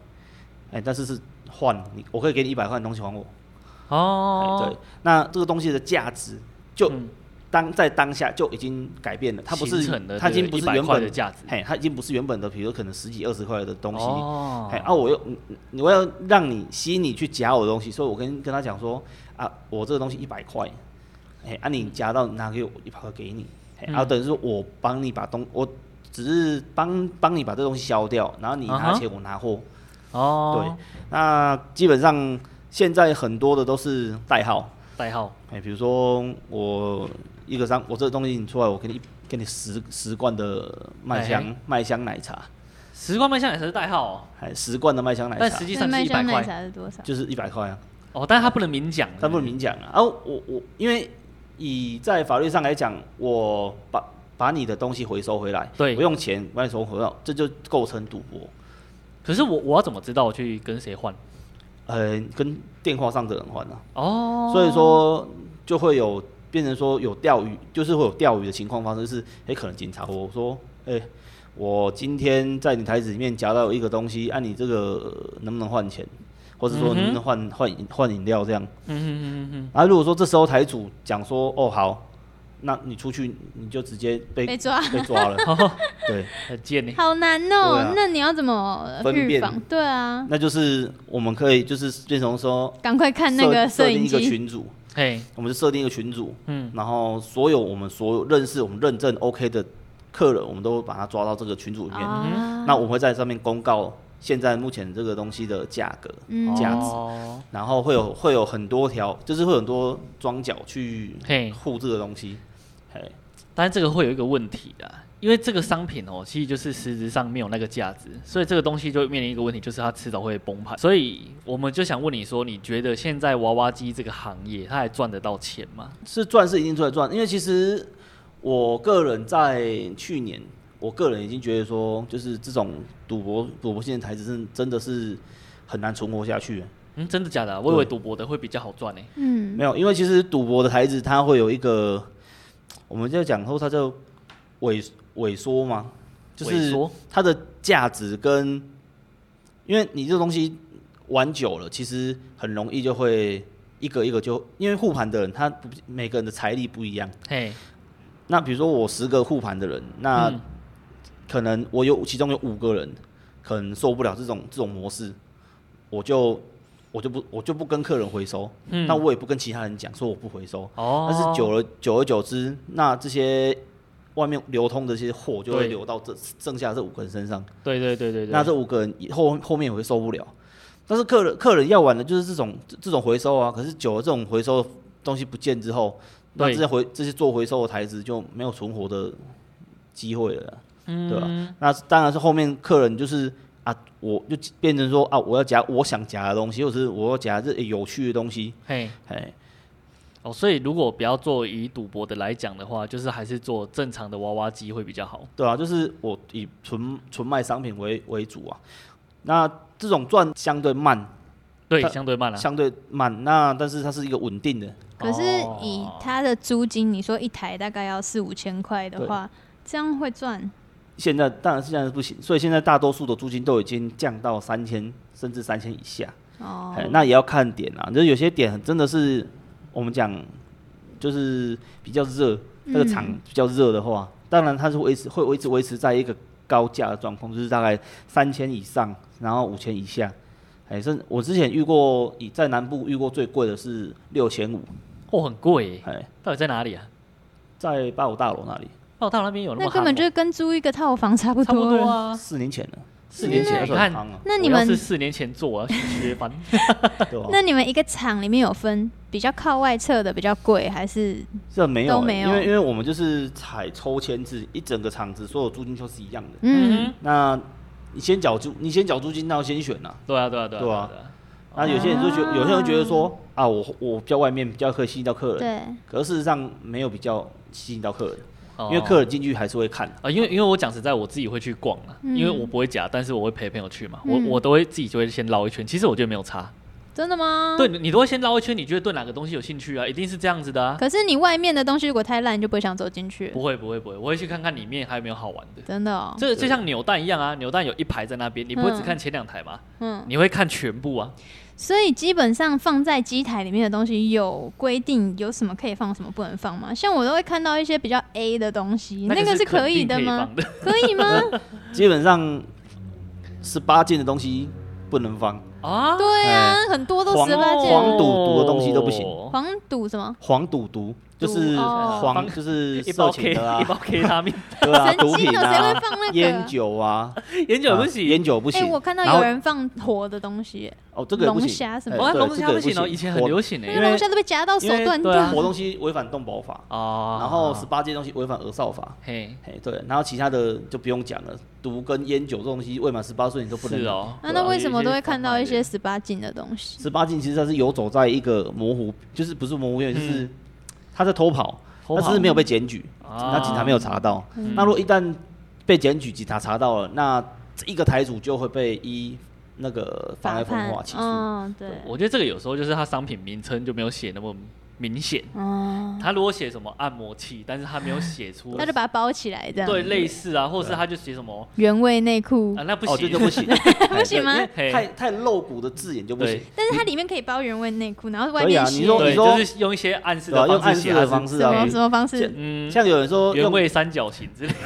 [SPEAKER 3] 哎、但是是换你，我可以给你一百块，你东西还我。哎对
[SPEAKER 2] 哦，，
[SPEAKER 3] 那这个东西的价值就
[SPEAKER 2] 嗯
[SPEAKER 3] 当在当下就已经改变了，它不是
[SPEAKER 2] 形成了
[SPEAKER 3] 它已经不是
[SPEAKER 2] 这个
[SPEAKER 3] 原
[SPEAKER 2] 100块
[SPEAKER 3] 本
[SPEAKER 2] 的价值
[SPEAKER 3] 嘿，它已经不是原本的，比如可能十几二十块的东西，
[SPEAKER 2] 哦
[SPEAKER 3] 嘿，啊，我又嗯嗯我要让你吸引你去夹我的东西，所以我跟跟他讲说啊，我这个东西一百块，哎，啊你夹到拿给我一百块给你，嘿啊
[SPEAKER 2] 嗯
[SPEAKER 3] 等于说我帮你把东我。只是帮帮你把这东西消掉，然后你拿
[SPEAKER 2] 啊哈
[SPEAKER 3] 钱，我拿货。
[SPEAKER 2] 哦，
[SPEAKER 3] 对，那基本上现在很多的都是代号，
[SPEAKER 2] 代号，
[SPEAKER 3] 哎、比如说我一个商，我这个东西你出来，我给你给你十十罐的麦香、
[SPEAKER 2] 哎
[SPEAKER 3] 麦香奶茶，
[SPEAKER 2] 时光麦香奶茶是代号哦，
[SPEAKER 3] 哎，十罐的麦香奶
[SPEAKER 2] 但
[SPEAKER 3] 茶
[SPEAKER 2] 实际
[SPEAKER 1] 那
[SPEAKER 2] 上是
[SPEAKER 1] 麦
[SPEAKER 2] 一百
[SPEAKER 1] 香奶
[SPEAKER 2] 块
[SPEAKER 1] 茶是多少？
[SPEAKER 3] 就是一百块啊，
[SPEAKER 2] 哦，但是它不能明讲，
[SPEAKER 3] 但不能明讲啊。啊，我我因为以在法律上来讲，我把把你的东西回收回来，
[SPEAKER 2] 对
[SPEAKER 3] 我用钱把你收回来，这就构成赌博。
[SPEAKER 2] 可是我我要怎么知道我去跟谁换？
[SPEAKER 3] 呃，跟电话上的人换啊，
[SPEAKER 2] 哦，
[SPEAKER 3] 所以说就会有变成说有钓鱼，就是会有钓鱼的情况发生，就是哎、可能警察我说，哎、我今天在你台子里面夹到一个东西，啊按、你这个呃能不能换钱，或者说
[SPEAKER 2] 嗯哼
[SPEAKER 3] 能不能换换饮换饮料这样。
[SPEAKER 2] 嗯嗯嗯嗯
[SPEAKER 3] 然后如果说这时候台主讲说，哦好，那你出去你就直接被
[SPEAKER 1] 被抓
[SPEAKER 3] 被 抓了，
[SPEAKER 2] 哦
[SPEAKER 3] 对，
[SPEAKER 2] 嗯，很贱呢。
[SPEAKER 1] 好难哦、
[SPEAKER 3] 对啊
[SPEAKER 1] 那你要怎么
[SPEAKER 3] 分
[SPEAKER 1] 预
[SPEAKER 3] 辨
[SPEAKER 1] 防？对啊，
[SPEAKER 3] 那就是我们可以就是变成说
[SPEAKER 1] 赶快看那个
[SPEAKER 3] 设
[SPEAKER 1] 摄
[SPEAKER 3] 定
[SPEAKER 1] 影
[SPEAKER 3] 一个
[SPEAKER 1] 机。
[SPEAKER 3] 群组，
[SPEAKER 2] 嘿，
[SPEAKER 3] 我们就设定一个群组，
[SPEAKER 2] 嗯，
[SPEAKER 3] 然后所有我们所有认识、我们认证 OK 的客人，我们都把他抓到这个群组里面。
[SPEAKER 1] 啊
[SPEAKER 3] 那我们会在上面公告现在目前这个东西的价格，
[SPEAKER 2] 哦
[SPEAKER 1] 嗯
[SPEAKER 3] 价值
[SPEAKER 2] 值，
[SPEAKER 3] 然后会有会有很多条，就是会有很多庄脚去
[SPEAKER 2] 嘿，
[SPEAKER 3] 护这个东西。嘿，
[SPEAKER 2] 但是这个会有一个问题啦，因为这个商品哦，其实就是实质上没有那个价值，所以这个东西就会面临一个问题，就是它迟早会崩盘。所以我们就想问你说，你觉得现在娃娃机这个行业，它还赚得到钱吗？
[SPEAKER 3] 是赚是一定出来赚，因为其实我个人在去年，我个人已经觉得说，就是这种赌博赌博性的台子是真的是很难存活下去了。
[SPEAKER 2] 嗯，真的假的啊、我以为
[SPEAKER 3] 对
[SPEAKER 2] 赌博的会比较好赚呢、
[SPEAKER 1] 嗯，
[SPEAKER 3] 没有，因为其实赌博的台子它会有一个，我们就讲说它叫萎萎缩嘛，就
[SPEAKER 2] 萎
[SPEAKER 3] 是
[SPEAKER 2] 缩
[SPEAKER 3] 它的价值跟，因为你这东西玩久了，其实很容易就会一个一个就，因为护盘的人他不每个人的财力不一样，
[SPEAKER 2] 嘿，
[SPEAKER 3] 那比如说我十个护盘的人，那、
[SPEAKER 2] 嗯
[SPEAKER 3] 可能我有其中有五个人可能受不了这种这种模式，我就我就不我就不跟客人回收，
[SPEAKER 2] 嗯
[SPEAKER 3] 那我也不跟其他人讲说我不回收，
[SPEAKER 2] 哦，
[SPEAKER 3] 但是久了久而久之，那这些外面流通的这些货就会
[SPEAKER 2] 对
[SPEAKER 3] 流到这剩下这五个人身上，
[SPEAKER 2] 对对对对对，
[SPEAKER 3] 那这五个人以后后面也会受不了。但是客人客人要玩的就是这种这这种回收啊，可是久了这种回收的东西不见之后，那
[SPEAKER 2] 对
[SPEAKER 3] 这些回这些做回收的台子就没有存活的机会了。
[SPEAKER 2] 嗯
[SPEAKER 3] 对吧、那当然是后面客人就是啊，我就变成说啊，我要夹我想夹的东西，或者是我要夹这哎有趣的东西，
[SPEAKER 2] 嘿，
[SPEAKER 3] 哎，
[SPEAKER 2] 哦，所以如果不要做以赌博的来讲的话，就是还是做正常的娃娃机会比较好。
[SPEAKER 3] 对啊，就是我以纯纯卖商品为为主啊。那这种赚相对慢，
[SPEAKER 2] 对，
[SPEAKER 3] 它
[SPEAKER 2] 相对慢了、哦
[SPEAKER 3] 相对慢，那但是它是一个稳定的，
[SPEAKER 1] 可是以它的租金，你说一台大概要四五千块的话，这样会赚
[SPEAKER 3] 现在当然是现在是不行，所以现在大多数的租金都已经降到三千甚至三千以下。
[SPEAKER 1] 哦
[SPEAKER 3] 哎，那也要看点啊，就是有些点真的是我们讲，就是比较热，那个
[SPEAKER 2] 嗯
[SPEAKER 3] 场比较热的话，当然它是维持会维持维持在一个高价的状况，就是大概三千以上，然后五千以下。哎，甚我之前遇过，以在南部遇过最贵的是六千五，
[SPEAKER 2] 哦，很贵耶，
[SPEAKER 3] 哎，
[SPEAKER 2] 到底在哪里啊？
[SPEAKER 3] 在八五大楼那里，
[SPEAKER 2] 报道那边有那
[SPEAKER 1] 那
[SPEAKER 2] 么
[SPEAKER 1] 根本就是跟租一个套房差不
[SPEAKER 2] 差不多
[SPEAKER 1] 了。
[SPEAKER 2] 啊，
[SPEAKER 3] 四年前了，
[SPEAKER 2] 四年前
[SPEAKER 3] 那时
[SPEAKER 2] 你
[SPEAKER 3] 候很
[SPEAKER 2] 看
[SPEAKER 3] 夯啊，
[SPEAKER 1] 那你
[SPEAKER 2] 我要
[SPEAKER 1] 们
[SPEAKER 2] 是四年前做，我要去削翻。
[SPEAKER 3] 对吧？
[SPEAKER 1] 那你们一个厂里面有分比较靠外侧的比较贵，还是
[SPEAKER 3] 这没有、
[SPEAKER 1] 都没有
[SPEAKER 3] 因为因为我们就是采抽签制，一整个厂子所有租金都是一样的。
[SPEAKER 1] 嗯，
[SPEAKER 3] 那你先缴租，你先缴租金，那要先选呐、啊。
[SPEAKER 2] 对啊，对啊，对啊，
[SPEAKER 3] 对
[SPEAKER 2] 啊，啊
[SPEAKER 3] 啊那有些人就觉
[SPEAKER 1] 哦
[SPEAKER 3] 有些人觉得说啊，我我比较外面比较可以吸引到客人，
[SPEAKER 1] 对，
[SPEAKER 3] 可是事实上没有比较吸引到客人，
[SPEAKER 2] 哦
[SPEAKER 3] 啊因为客人进去还是会看。
[SPEAKER 2] 啊，因为因为我讲实在，我自己会去逛啊，
[SPEAKER 1] 嗯
[SPEAKER 2] 因为我不会假，但是我会陪朋友去嘛，
[SPEAKER 1] 嗯
[SPEAKER 2] 我我都会自己就会先绕一圈。其实我觉得没有差，
[SPEAKER 1] 真的吗？
[SPEAKER 2] 对，。你你都会先绕一圈，你觉得对哪个东西有兴趣啊？一定是这样子的啊。
[SPEAKER 1] 可是你外面的东西如果太烂，你就不会想走进去，
[SPEAKER 2] 不会不会不会，我会去看看里面还有没有好玩的。
[SPEAKER 1] 真的哦。
[SPEAKER 2] 这就像扭蛋一样啊，扭蛋有一排在那边，你不会只看前两台嘛？
[SPEAKER 1] 嗯，
[SPEAKER 2] 你会看全部啊。
[SPEAKER 1] 所以基本上放在机台里面的东西有规定，有什么可以放，什么不能放吗？像我都会看到一些比较 A 的东西，那
[SPEAKER 2] 个
[SPEAKER 1] 是
[SPEAKER 2] 肯
[SPEAKER 1] 可以
[SPEAKER 2] 定
[SPEAKER 1] 的
[SPEAKER 2] 可以
[SPEAKER 1] 吗？
[SPEAKER 2] 放的
[SPEAKER 1] 可以吗？
[SPEAKER 3] 基本上十八禁的东西不能放，
[SPEAKER 2] 啊？
[SPEAKER 1] 对啊，很多都
[SPEAKER 3] 黄
[SPEAKER 1] 十八
[SPEAKER 3] 黄
[SPEAKER 1] 禁。
[SPEAKER 3] 赌毒的东西都不行
[SPEAKER 2] 哦
[SPEAKER 1] 黄赌什么？
[SPEAKER 3] 黄赌毒就
[SPEAKER 1] 赌
[SPEAKER 3] 是
[SPEAKER 1] 哦
[SPEAKER 3] 黄
[SPEAKER 2] 帮
[SPEAKER 3] 就是
[SPEAKER 2] 一
[SPEAKER 3] 色
[SPEAKER 2] 包
[SPEAKER 3] 情
[SPEAKER 2] K
[SPEAKER 3] 的
[SPEAKER 2] 一 包
[SPEAKER 3] 啊，
[SPEAKER 2] K 他命，
[SPEAKER 3] 对啊，
[SPEAKER 1] 神
[SPEAKER 3] 毒
[SPEAKER 1] 经
[SPEAKER 3] 品
[SPEAKER 1] 哦，谁会
[SPEAKER 3] 啊，
[SPEAKER 1] 放那个？
[SPEAKER 3] 烟酒啊，
[SPEAKER 2] 烟酒
[SPEAKER 3] 啊
[SPEAKER 2] 不行，
[SPEAKER 3] 烟酒不
[SPEAKER 1] 哎、
[SPEAKER 3] 行。
[SPEAKER 1] 我看到
[SPEAKER 3] 然后
[SPEAKER 1] 有人放活的东西、
[SPEAKER 3] 哦，这个也不
[SPEAKER 1] 龙
[SPEAKER 3] 行，
[SPEAKER 1] 虾什么
[SPEAKER 2] 哦，
[SPEAKER 3] 哎
[SPEAKER 2] 那
[SPEAKER 3] 对
[SPEAKER 2] 龙
[SPEAKER 3] 这
[SPEAKER 2] 虾
[SPEAKER 3] 个
[SPEAKER 2] 不
[SPEAKER 3] 也
[SPEAKER 2] 行哦，以前很
[SPEAKER 3] 活
[SPEAKER 2] 流行
[SPEAKER 1] 因
[SPEAKER 2] 诶。
[SPEAKER 1] 为龙虾都被夹到手断
[SPEAKER 3] 因为对啊
[SPEAKER 1] 掉。
[SPEAKER 3] 活东西违反动保法，
[SPEAKER 2] 哦，
[SPEAKER 3] 然后十八禁的东西违反儿少法。
[SPEAKER 2] 嘿，
[SPEAKER 3] 嘿，对，然后其他的就不用讲了，毒跟烟酒这种东西未满十八岁你都不能
[SPEAKER 2] 是。哦。
[SPEAKER 1] 啊，那为什么都会看到一些
[SPEAKER 2] 有
[SPEAKER 1] 十八禁的东西？
[SPEAKER 3] 十八禁其实它是游走在一个模糊，就是不是模糊边缘，就是他在偷跑，
[SPEAKER 2] 嗯偷跑
[SPEAKER 3] 他只是没有被检举，
[SPEAKER 2] 啊嗯
[SPEAKER 3] 那警察没有查到。那如果一旦被检举，警察查到了，那这一个台主就会被依那个妨碍
[SPEAKER 1] 法
[SPEAKER 3] 风
[SPEAKER 1] 判
[SPEAKER 3] 化起，诉。
[SPEAKER 1] 嗯，对，
[SPEAKER 2] 我觉得这个有时候就是它商品名称就没有写那么明显。
[SPEAKER 1] 嗯，，
[SPEAKER 2] 他如果写什么按摩器，但是他没有写出
[SPEAKER 1] 哦那就把它包起来，这样
[SPEAKER 2] 对类似啊，或者是他就写什么
[SPEAKER 1] 原味内裤
[SPEAKER 2] 啊，，那不
[SPEAKER 3] 哦，
[SPEAKER 2] 行，
[SPEAKER 3] 这就不行，
[SPEAKER 1] 不行吗
[SPEAKER 3] 哎对因
[SPEAKER 2] 嘿
[SPEAKER 3] 为太太露骨的字眼就不行
[SPEAKER 2] 对。
[SPEAKER 1] 但是它里面可以包原味内裤，然后外
[SPEAKER 3] 可以
[SPEAKER 1] 面
[SPEAKER 3] 啊
[SPEAKER 1] 写
[SPEAKER 3] 你 说
[SPEAKER 2] 对，
[SPEAKER 3] 你说
[SPEAKER 2] 就是用一些暗示
[SPEAKER 3] 对啊
[SPEAKER 2] 的
[SPEAKER 3] 用
[SPEAKER 2] 方
[SPEAKER 3] 暗
[SPEAKER 2] 式
[SPEAKER 3] 示
[SPEAKER 2] 写
[SPEAKER 3] 的
[SPEAKER 2] 它
[SPEAKER 3] 方
[SPEAKER 2] 是，
[SPEAKER 3] 式
[SPEAKER 1] 什
[SPEAKER 3] 啊
[SPEAKER 1] 么，什么方式？
[SPEAKER 2] 嗯，
[SPEAKER 3] 像有人说
[SPEAKER 2] 原
[SPEAKER 3] 用，
[SPEAKER 2] 味三角形之类的，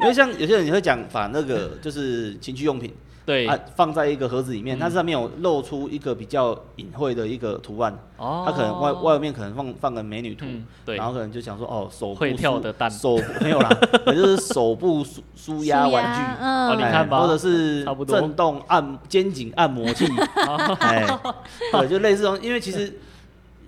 [SPEAKER 3] 因为像有些人你会讲把那个就是情趣用品
[SPEAKER 2] 对嗯
[SPEAKER 3] 啊，放在一个盒子里面，它上面有露出一个比较隐晦的一个图案，
[SPEAKER 2] 哦
[SPEAKER 3] 它可能外外面可能放放个美女图，
[SPEAKER 2] 嗯对
[SPEAKER 3] 然后可能就想说哦手部
[SPEAKER 2] 会跳的
[SPEAKER 3] 舒
[SPEAKER 2] 蛋
[SPEAKER 3] 手 没有啦，可能就是手部舒舒压
[SPEAKER 1] 舒压
[SPEAKER 3] 玩具。
[SPEAKER 2] 哦
[SPEAKER 1] 嗯，
[SPEAKER 2] 你
[SPEAKER 3] 哎
[SPEAKER 2] 看吧
[SPEAKER 3] 或者是
[SPEAKER 2] 差不多哦
[SPEAKER 3] 震动按肩颈按 摩器，哎，对，就类似这种，因为其实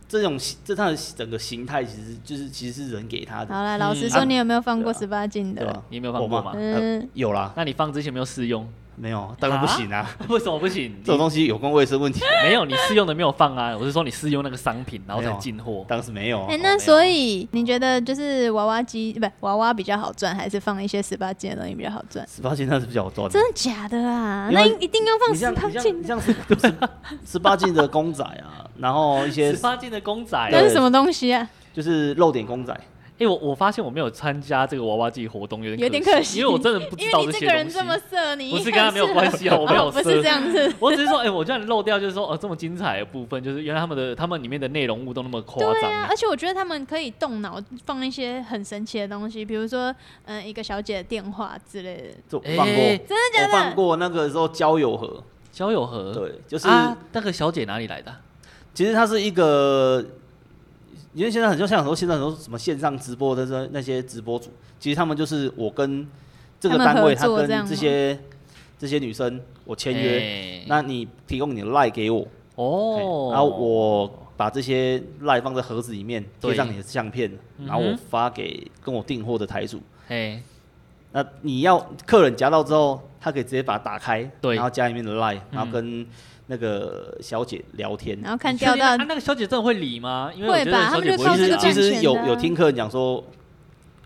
[SPEAKER 3] 这种这它的整个形态其实就是其实是人给它的，
[SPEAKER 1] 好啦，老实
[SPEAKER 2] 嗯
[SPEAKER 1] 说，
[SPEAKER 2] 啊
[SPEAKER 1] 你有没有放过
[SPEAKER 3] 对啊
[SPEAKER 1] 十八禁
[SPEAKER 3] 对
[SPEAKER 1] 的？
[SPEAKER 3] 吧？
[SPEAKER 2] 你有没有放过
[SPEAKER 3] 我
[SPEAKER 2] 吗
[SPEAKER 3] 呃
[SPEAKER 1] 嗯
[SPEAKER 3] 有啦，
[SPEAKER 2] 那你放之前没有试用，
[SPEAKER 3] 没有，当然不行啊，
[SPEAKER 2] 为什么不行？
[SPEAKER 3] 这种东西有关卫生问题，
[SPEAKER 2] 你没有，你试用的没有放啊，我是说你试用那个商品，然后
[SPEAKER 3] 没
[SPEAKER 2] 才
[SPEAKER 3] 有
[SPEAKER 2] 进货。
[SPEAKER 3] 当时没有啊。
[SPEAKER 1] 哎、那所以你觉得就是娃娃机不娃娃比较好赚，还是放一些十八禁的东西比较好赚？
[SPEAKER 3] 十八禁那是比较赚的。
[SPEAKER 1] 真的假的啊？
[SPEAKER 3] 因
[SPEAKER 1] 那
[SPEAKER 3] 为
[SPEAKER 1] 一定要放
[SPEAKER 3] 你
[SPEAKER 1] 十
[SPEAKER 3] 像
[SPEAKER 1] 八
[SPEAKER 3] 你像
[SPEAKER 1] 禁
[SPEAKER 3] 你
[SPEAKER 1] 的，
[SPEAKER 3] 像十啊十八禁的公仔啊，然后一些
[SPEAKER 2] 十八禁的公仔，
[SPEAKER 1] 那
[SPEAKER 2] 哎、
[SPEAKER 1] 是什么东西啊？
[SPEAKER 3] 就是露点公仔，
[SPEAKER 2] 我我发现我没有参加这个娃娃季活动，有点
[SPEAKER 1] 有点可惜
[SPEAKER 2] 因为我真的不
[SPEAKER 1] 因
[SPEAKER 2] 知
[SPEAKER 1] 为
[SPEAKER 2] 道
[SPEAKER 1] 你这
[SPEAKER 2] 些东西。
[SPEAKER 1] 个人这么色，你
[SPEAKER 2] 不是跟他没有关系啊，我没有
[SPEAKER 1] 哦，不是这
[SPEAKER 2] 说。
[SPEAKER 1] 样子。
[SPEAKER 2] 我只是说，哎、我居然漏掉，就是说，哦，这么精彩的部分，就是原来他们的他们里面的内容物都那么夸
[SPEAKER 1] 对
[SPEAKER 2] 张、
[SPEAKER 1] 啊，而且我觉得他们可以动脑放一些很神奇的东西，比如说，嗯、一个小姐的电话之类的。
[SPEAKER 3] 就
[SPEAKER 2] 哎
[SPEAKER 3] 放过，
[SPEAKER 1] 真的假
[SPEAKER 3] 我
[SPEAKER 1] 的？
[SPEAKER 3] 放过那个时候交友盒，
[SPEAKER 2] 交友盒，，
[SPEAKER 3] 对，就是
[SPEAKER 2] 啊，那个小姐哪里来的啊？
[SPEAKER 3] 其实它是一个，因为现在很多像很多现在很多什么线上直播的这那些直播主，其实他们就是我跟这个
[SPEAKER 1] 他们
[SPEAKER 3] 单位，
[SPEAKER 1] 合
[SPEAKER 3] 他
[SPEAKER 1] 作
[SPEAKER 3] 跟
[SPEAKER 1] 这样吗
[SPEAKER 3] 这些这些女生我签约，
[SPEAKER 2] 哎
[SPEAKER 3] 那你提供你的 line 给我，
[SPEAKER 2] 哦，
[SPEAKER 3] 然后我把这些赖放在盒子里面，贴上你的相片，
[SPEAKER 2] 嗯哼
[SPEAKER 3] 然后我发给跟我订货的台主。
[SPEAKER 2] 哎，
[SPEAKER 3] 那你要客人夹到之后，他可以直接把它打开，
[SPEAKER 2] 对嗯
[SPEAKER 3] 然后加里面的赖，然后跟那个小姐聊天。
[SPEAKER 1] 然后看
[SPEAKER 2] 你
[SPEAKER 1] 掉
[SPEAKER 2] 确定
[SPEAKER 1] 到
[SPEAKER 2] 啊那个小姐真的会理吗？因为我
[SPEAKER 1] 会
[SPEAKER 2] 觉得
[SPEAKER 1] 吧
[SPEAKER 2] 小
[SPEAKER 1] 他们
[SPEAKER 2] 姐
[SPEAKER 1] 就
[SPEAKER 2] 不
[SPEAKER 1] 靠
[SPEAKER 2] 会
[SPEAKER 1] 这
[SPEAKER 3] 其
[SPEAKER 2] 理
[SPEAKER 1] 个
[SPEAKER 3] 实
[SPEAKER 2] 啊
[SPEAKER 1] 赚
[SPEAKER 3] 其
[SPEAKER 1] 钱的
[SPEAKER 3] 实有
[SPEAKER 1] 啊
[SPEAKER 3] 有听客人讲说，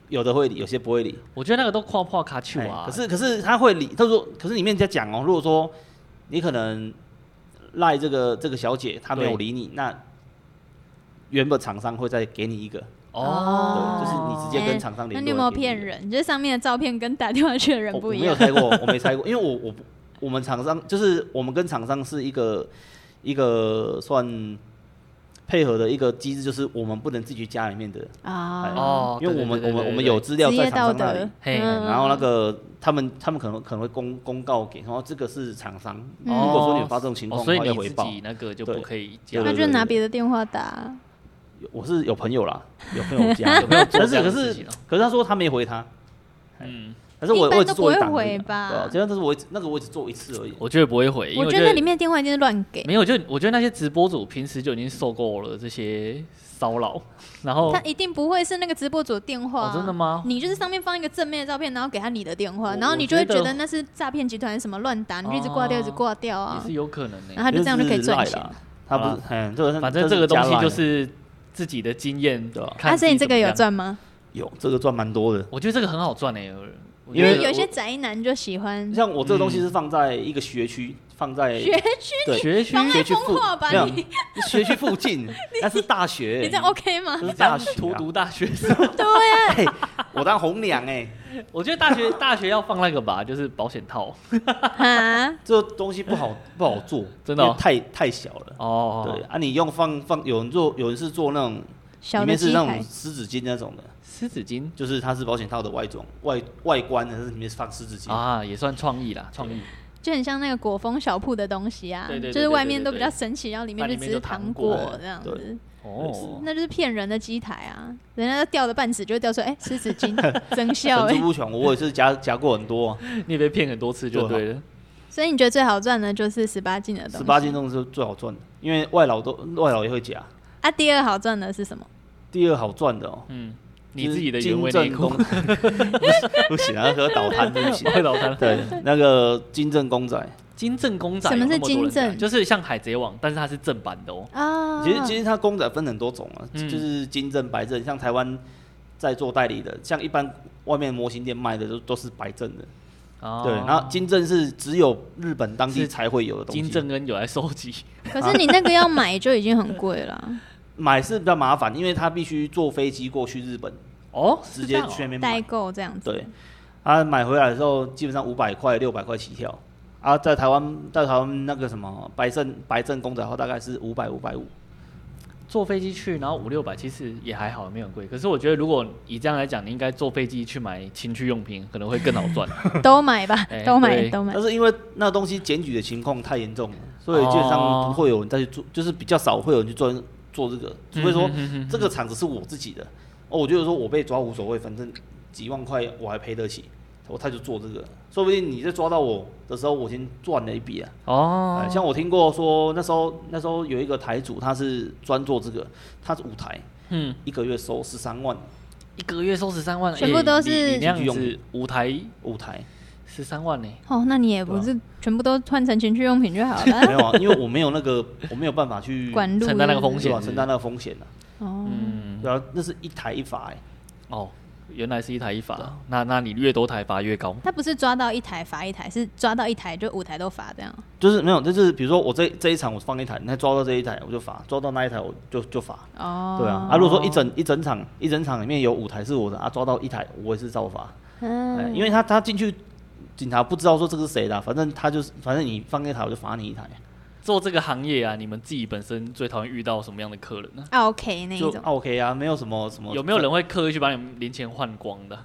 [SPEAKER 3] 有的会理，有些不会理。
[SPEAKER 2] 我觉得那个都跨跨卡丘
[SPEAKER 3] 哎
[SPEAKER 2] 啊。
[SPEAKER 3] 可是可是他会理，他说，可是里面在讲哦，如果说你可能赖这个这个小姐，她没有
[SPEAKER 2] 对
[SPEAKER 3] 理你，那原本厂商会再给你一个。
[SPEAKER 2] 哦，
[SPEAKER 3] 对，就是你直接跟厂商联络。
[SPEAKER 1] 哎那你有没有骗？人？就是上面的照片跟打电话去的人
[SPEAKER 3] 我
[SPEAKER 1] 不
[SPEAKER 3] 我
[SPEAKER 1] 一
[SPEAKER 3] 没有
[SPEAKER 1] 样。
[SPEAKER 3] 猜过， 我没猜过，因为我我不我们厂商就是我们跟厂商是一个一个算配合的一个机制，就是我们不能自己去加里面的，
[SPEAKER 1] 啊
[SPEAKER 2] 哦，
[SPEAKER 3] 因为我们
[SPEAKER 2] 对对对
[SPEAKER 3] 我们我
[SPEAKER 2] 对对
[SPEAKER 3] 们有资料
[SPEAKER 1] 职
[SPEAKER 3] 在
[SPEAKER 1] 业
[SPEAKER 3] 厂
[SPEAKER 1] 道
[SPEAKER 3] 商那
[SPEAKER 1] 德
[SPEAKER 3] 里。，
[SPEAKER 2] 嘿
[SPEAKER 1] 嗯
[SPEAKER 3] 然后那个他们他们可能可能会公公告给，然后这个是厂商，如
[SPEAKER 1] 嗯
[SPEAKER 3] 果说你有发这种情
[SPEAKER 2] 哦
[SPEAKER 3] 况，
[SPEAKER 2] 所以
[SPEAKER 3] 的话
[SPEAKER 2] 你
[SPEAKER 3] 要回
[SPEAKER 2] 自
[SPEAKER 3] 报。
[SPEAKER 2] 己那个就
[SPEAKER 3] 对
[SPEAKER 2] 不可以
[SPEAKER 3] 对
[SPEAKER 2] 讲
[SPEAKER 1] 那
[SPEAKER 3] 对
[SPEAKER 1] 就拿别的电话打。
[SPEAKER 3] 我是有朋友啦，有朋友加，有朋
[SPEAKER 2] 友 做
[SPEAKER 3] 但
[SPEAKER 2] 这
[SPEAKER 3] 是
[SPEAKER 2] 样
[SPEAKER 3] 可
[SPEAKER 2] 的
[SPEAKER 3] 是
[SPEAKER 2] 事情哦
[SPEAKER 3] 可是他说他没回他，
[SPEAKER 2] 嗯，
[SPEAKER 3] 可是我
[SPEAKER 1] 一般
[SPEAKER 3] 我也只
[SPEAKER 1] 都
[SPEAKER 3] 做一
[SPEAKER 1] 不会
[SPEAKER 3] 档而已
[SPEAKER 1] 回
[SPEAKER 3] 啊
[SPEAKER 1] 吧
[SPEAKER 3] 对啊，这样但是我也只那个我只做一次而已。
[SPEAKER 2] 我觉得不会回，因
[SPEAKER 1] 我
[SPEAKER 2] 为
[SPEAKER 1] 觉得那里面的电话一定是乱给，
[SPEAKER 2] 没有，就我觉得那些直播主平时就已经受够了这些骚扰，然后
[SPEAKER 1] 他一定不会是那个直播主的电话啊、
[SPEAKER 2] 哦真的吗
[SPEAKER 1] 你就是上面放一个正面的照片，然后给他你的电话，
[SPEAKER 2] 我
[SPEAKER 1] 然后你就
[SPEAKER 2] 我
[SPEAKER 1] 会
[SPEAKER 2] 觉
[SPEAKER 1] 觉
[SPEAKER 2] 得
[SPEAKER 1] 得那是诈骗集团什么乱打，你就一直挂掉，
[SPEAKER 2] 哦
[SPEAKER 1] 一直挂掉
[SPEAKER 2] 也
[SPEAKER 1] 啊
[SPEAKER 2] 是，有可能呢、
[SPEAKER 1] 然后他就这样就可以赚
[SPEAKER 3] 就是
[SPEAKER 1] 钱
[SPEAKER 3] lie。啦。他不
[SPEAKER 2] 好
[SPEAKER 3] 是，嗯，这个
[SPEAKER 2] 反正这个东西
[SPEAKER 3] 加
[SPEAKER 2] 就
[SPEAKER 3] lie
[SPEAKER 2] 是自己的经验
[SPEAKER 3] 对啊
[SPEAKER 2] 看
[SPEAKER 1] 啊，所以你
[SPEAKER 2] 自
[SPEAKER 1] 这个
[SPEAKER 2] 己怎么
[SPEAKER 1] 有
[SPEAKER 2] 样，
[SPEAKER 1] 赚吗？
[SPEAKER 3] 有这个赚蛮多的。
[SPEAKER 2] 我觉得这个很好赚哎、我
[SPEAKER 1] 因
[SPEAKER 2] 觉
[SPEAKER 3] 因
[SPEAKER 1] 为
[SPEAKER 2] 得
[SPEAKER 1] 有些
[SPEAKER 2] 我
[SPEAKER 1] 宅男就喜欢，
[SPEAKER 3] 像我这个东西是放在一个学区，放在
[SPEAKER 1] 嗯学区
[SPEAKER 3] 对
[SPEAKER 2] 学区
[SPEAKER 1] 妨
[SPEAKER 3] 学
[SPEAKER 1] 碍
[SPEAKER 3] 区
[SPEAKER 1] 风
[SPEAKER 3] 附
[SPEAKER 1] 化吧
[SPEAKER 3] 没有
[SPEAKER 1] 你，
[SPEAKER 3] 学区附 近，那是大学、
[SPEAKER 1] 你这样 OK 吗啊
[SPEAKER 3] 就？是
[SPEAKER 2] 大
[SPEAKER 3] 大学、
[SPEAKER 2] 荼毒大学 生，
[SPEAKER 3] 对、我当红娘哎、
[SPEAKER 2] 我觉得大学大学要放那个吧，就是保险套
[SPEAKER 1] 啊，
[SPEAKER 3] 这东西不 好不好做，
[SPEAKER 2] 真的哦
[SPEAKER 3] 因为太太小了。
[SPEAKER 2] 哦
[SPEAKER 3] 对，啊，你用放放，有人做，有人是做那种
[SPEAKER 1] 小的
[SPEAKER 3] 里面是
[SPEAKER 1] 机
[SPEAKER 3] 那种
[SPEAKER 1] 台，
[SPEAKER 3] 湿纸巾那种的，
[SPEAKER 2] 湿纸巾
[SPEAKER 3] 就是它是保险套的外装外外观，但是里面是放湿纸巾。
[SPEAKER 2] 啊，也算创意啦，创意。
[SPEAKER 1] 就很像那个果风小铺的东西啊
[SPEAKER 2] 对对对，
[SPEAKER 1] 就是外面
[SPEAKER 2] 对对对
[SPEAKER 1] 都比较神奇，然后里面
[SPEAKER 2] 但里
[SPEAKER 1] 只
[SPEAKER 2] 面
[SPEAKER 1] 是
[SPEAKER 2] 就糖
[SPEAKER 1] 果
[SPEAKER 3] 果
[SPEAKER 1] 这样
[SPEAKER 3] 对
[SPEAKER 1] 子，
[SPEAKER 2] 哦，
[SPEAKER 1] 那就是骗人的机台啊！人家掉的半死，就会掉说，哎，湿纸巾增效
[SPEAKER 3] 层
[SPEAKER 1] 哎
[SPEAKER 3] 出。不穷，我也 是夹夹过很多、啊，
[SPEAKER 2] 你也被骗很多次就对
[SPEAKER 3] 啊
[SPEAKER 2] 了。
[SPEAKER 1] 所以你觉得最好赚的就是十八禁的东西，
[SPEAKER 3] 十八斤重是最好赚的，因为外劳都外劳也会夹。
[SPEAKER 1] 啊，第二好赚的是什么？
[SPEAKER 3] 第二好赚的哦，
[SPEAKER 2] 嗯，你自己的原味
[SPEAKER 3] 就是
[SPEAKER 2] 内
[SPEAKER 3] 金正
[SPEAKER 2] 裤
[SPEAKER 3] 公， 不行不行啊，和倒摊不 行。
[SPEAKER 2] 会老三。
[SPEAKER 3] 对，那个金正公仔，
[SPEAKER 2] 金正公仔
[SPEAKER 1] 什么是
[SPEAKER 2] 有那多人
[SPEAKER 1] 金
[SPEAKER 2] 讲
[SPEAKER 1] 正
[SPEAKER 2] 就是像海贼王，但是它是正版的哦。
[SPEAKER 1] 啊，
[SPEAKER 3] 其实其实它公仔分很多种啊，
[SPEAKER 2] 嗯
[SPEAKER 3] 就是金正白正，像台湾在做代理的，像一般外面模型店卖的都都是白正的，
[SPEAKER 2] 哦
[SPEAKER 3] 对，然后金正是只有日本当地
[SPEAKER 2] 是
[SPEAKER 3] 才会有的东西。
[SPEAKER 2] 金正恩有来收 集，
[SPEAKER 1] 可是你那个要买就已经很贵了啊，
[SPEAKER 3] 买是比较麻烦，因为他必须坐飞机过去日本，
[SPEAKER 2] 哦，
[SPEAKER 3] 直接去那边
[SPEAKER 1] 代
[SPEAKER 3] 买。
[SPEAKER 1] 购这样子。
[SPEAKER 3] 对，他买回来的时候基本上五百块、六百块起跳。啊，在台湾，在台湾那个什么白正白正公仔的话，大概是五百五百五。啊
[SPEAKER 2] 坐飞机去，然后五六百，其实也还好，没有很贵。可是我觉得，如果以这样来讲，你应该坐飞机去买情趣用品，可能会更好 赚。
[SPEAKER 1] 都买吧
[SPEAKER 2] 哎，
[SPEAKER 1] 都买
[SPEAKER 2] 对
[SPEAKER 1] 都买
[SPEAKER 3] 但。是因为那东西检举的情况太严重了，所以基本上不会有人再去做，就是比较少会有人去做做这个，除非说这个厂子是我自己的。哦，我觉得说我被抓无所谓，反正几万块我还赔得起，我他就做这个。说不定你在抓到我的时候，我先赚了一笔啊。
[SPEAKER 2] 哦
[SPEAKER 3] 哎，像我听过说，那时候那时候有一个台主，他是专做这个，他是舞台，
[SPEAKER 2] 嗯，
[SPEAKER 3] 一个月收十三万
[SPEAKER 2] 一个月收十三万，
[SPEAKER 1] 全部都是
[SPEAKER 2] 哎你你那样
[SPEAKER 3] 情趣
[SPEAKER 2] 子
[SPEAKER 3] 用
[SPEAKER 2] 舞台
[SPEAKER 3] 舞台，
[SPEAKER 2] 十三万呢、
[SPEAKER 1] 哦，那你也不是全部都换成情趣用品就好了，
[SPEAKER 3] 没有啊，因为我没有那个，我没有办法去
[SPEAKER 1] 管路
[SPEAKER 2] 承担那个
[SPEAKER 1] 是不
[SPEAKER 2] 风
[SPEAKER 1] 是
[SPEAKER 3] 对吧
[SPEAKER 2] 险，
[SPEAKER 3] 承担那个风险啊。
[SPEAKER 1] 哦，
[SPEAKER 2] 嗯，
[SPEAKER 3] 对啊，那是一台一罚、欸，
[SPEAKER 2] 哦，原来是一台一罚，那那你越多台罚越高。
[SPEAKER 1] 他不是抓到一台罚一台，是抓到一台就五台都罚这样。
[SPEAKER 3] 就是没有，就是比如说我这这一场我放一台，那抓到这一台我就罚，抓到那一台我就就罚，
[SPEAKER 1] 哦，
[SPEAKER 3] 对啊。啊，如果说一整一整场一整场里面有五台是我的，啊，抓到一台我也是照罚、哎
[SPEAKER 1] 嗯，
[SPEAKER 3] 因为他他进去警察不知道说这个是谁的啊、反正他就是反正你放一台我就罚你一台，
[SPEAKER 2] 做这个行业啊，你们自己本身最讨厌遇到什么样的客人呢、
[SPEAKER 1] 啊 OK 那一
[SPEAKER 3] 就
[SPEAKER 1] 种，
[SPEAKER 3] OK 啊，没有什么什么
[SPEAKER 2] 有没有人会刻意去把你们零钱换光的？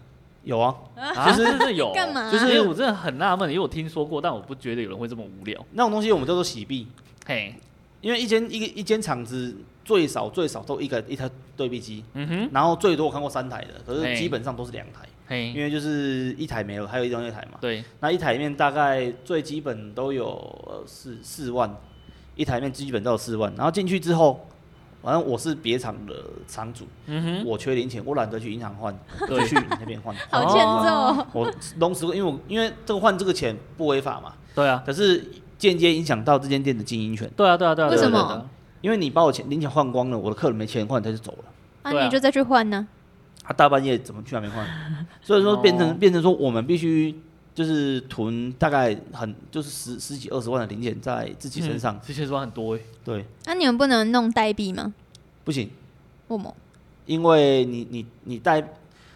[SPEAKER 3] 有啊？
[SPEAKER 2] 啊，真的有，
[SPEAKER 1] 干嘛啊
[SPEAKER 2] 就是因为我真的很纳闷，因为我听说过，但我不觉得有人会这么无聊。
[SPEAKER 3] 那种东西我们叫做洗币，
[SPEAKER 2] 嘿，
[SPEAKER 3] 因为一间一个一间厂子最少最少都一个一台对币机，
[SPEAKER 2] 嗯哼，
[SPEAKER 3] 然后最多我看过三台的，可
[SPEAKER 2] 哎
[SPEAKER 3] 是基本上都是两台。因
[SPEAKER 2] 嘿，
[SPEAKER 3] 为就是一台没有，还有一张一台嘛。
[SPEAKER 2] 对，
[SPEAKER 3] 那一台里面大概最基本都有呃四四万，一台里面基本都有四万。然后进去之后，反正我是别厂的厂主，
[SPEAKER 2] 嗯哼，
[SPEAKER 3] 我缺零钱，我懒得去银行换，我
[SPEAKER 2] 对
[SPEAKER 3] 就去你那边 换。哦
[SPEAKER 1] 好欠揍。哦
[SPEAKER 3] 我弄死，因为我因为这个换这个钱不违法嘛，
[SPEAKER 2] 对啊，
[SPEAKER 3] 可是间接影响到这间店的经营权，
[SPEAKER 2] 对啊，对啊，对啊，
[SPEAKER 1] 为
[SPEAKER 2] 对啊
[SPEAKER 1] 什么
[SPEAKER 2] 对啊对啊
[SPEAKER 3] 因为你把我钱零钱换光了，我的客人没钱换，他就走了。
[SPEAKER 1] 啊，
[SPEAKER 2] 对啊
[SPEAKER 1] 你就再去换呢。
[SPEAKER 3] 他啊大半夜怎么去那边换？所以说变成、变成说我们必须就是囤大概很就是十十几二十万的零钱在自己身上，
[SPEAKER 2] 嗯这些说很多哎，
[SPEAKER 3] 对，
[SPEAKER 1] 那啊你们不能弄代币吗？
[SPEAKER 3] 不行，
[SPEAKER 1] 我们
[SPEAKER 3] 因为你你你代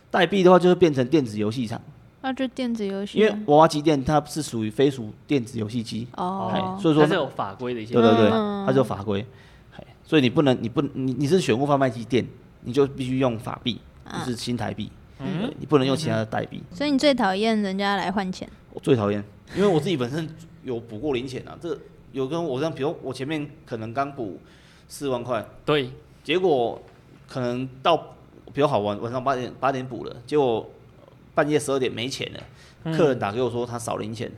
[SPEAKER 3] 代币的话，就是变成电子游戏场，
[SPEAKER 1] 啊，就电子游戏
[SPEAKER 3] 因为
[SPEAKER 1] 啊。
[SPEAKER 3] 娃娃机店它是属于非属电子游戏机，
[SPEAKER 1] 哦
[SPEAKER 3] 哎，所以说
[SPEAKER 2] 它是啊有法规的一些
[SPEAKER 3] 对对对，
[SPEAKER 1] 嗯
[SPEAKER 3] 它就有法规，哎所以你不能你不你你是选物贩卖机店，你就必须用法币，哎就是新台币，
[SPEAKER 2] 嗯
[SPEAKER 3] 对你不能用其他的代币。
[SPEAKER 1] 啊所以你最讨厌人家来换钱。
[SPEAKER 3] 我最讨厌，因为我自己本身有补过零钱啊，这有跟我这样，比如我前面可能刚补四万块，
[SPEAKER 2] 对，
[SPEAKER 3] 结果可能到比如好晚晚上八点八点补了，结果半夜十二点没钱了，客人打给我说他少零钱，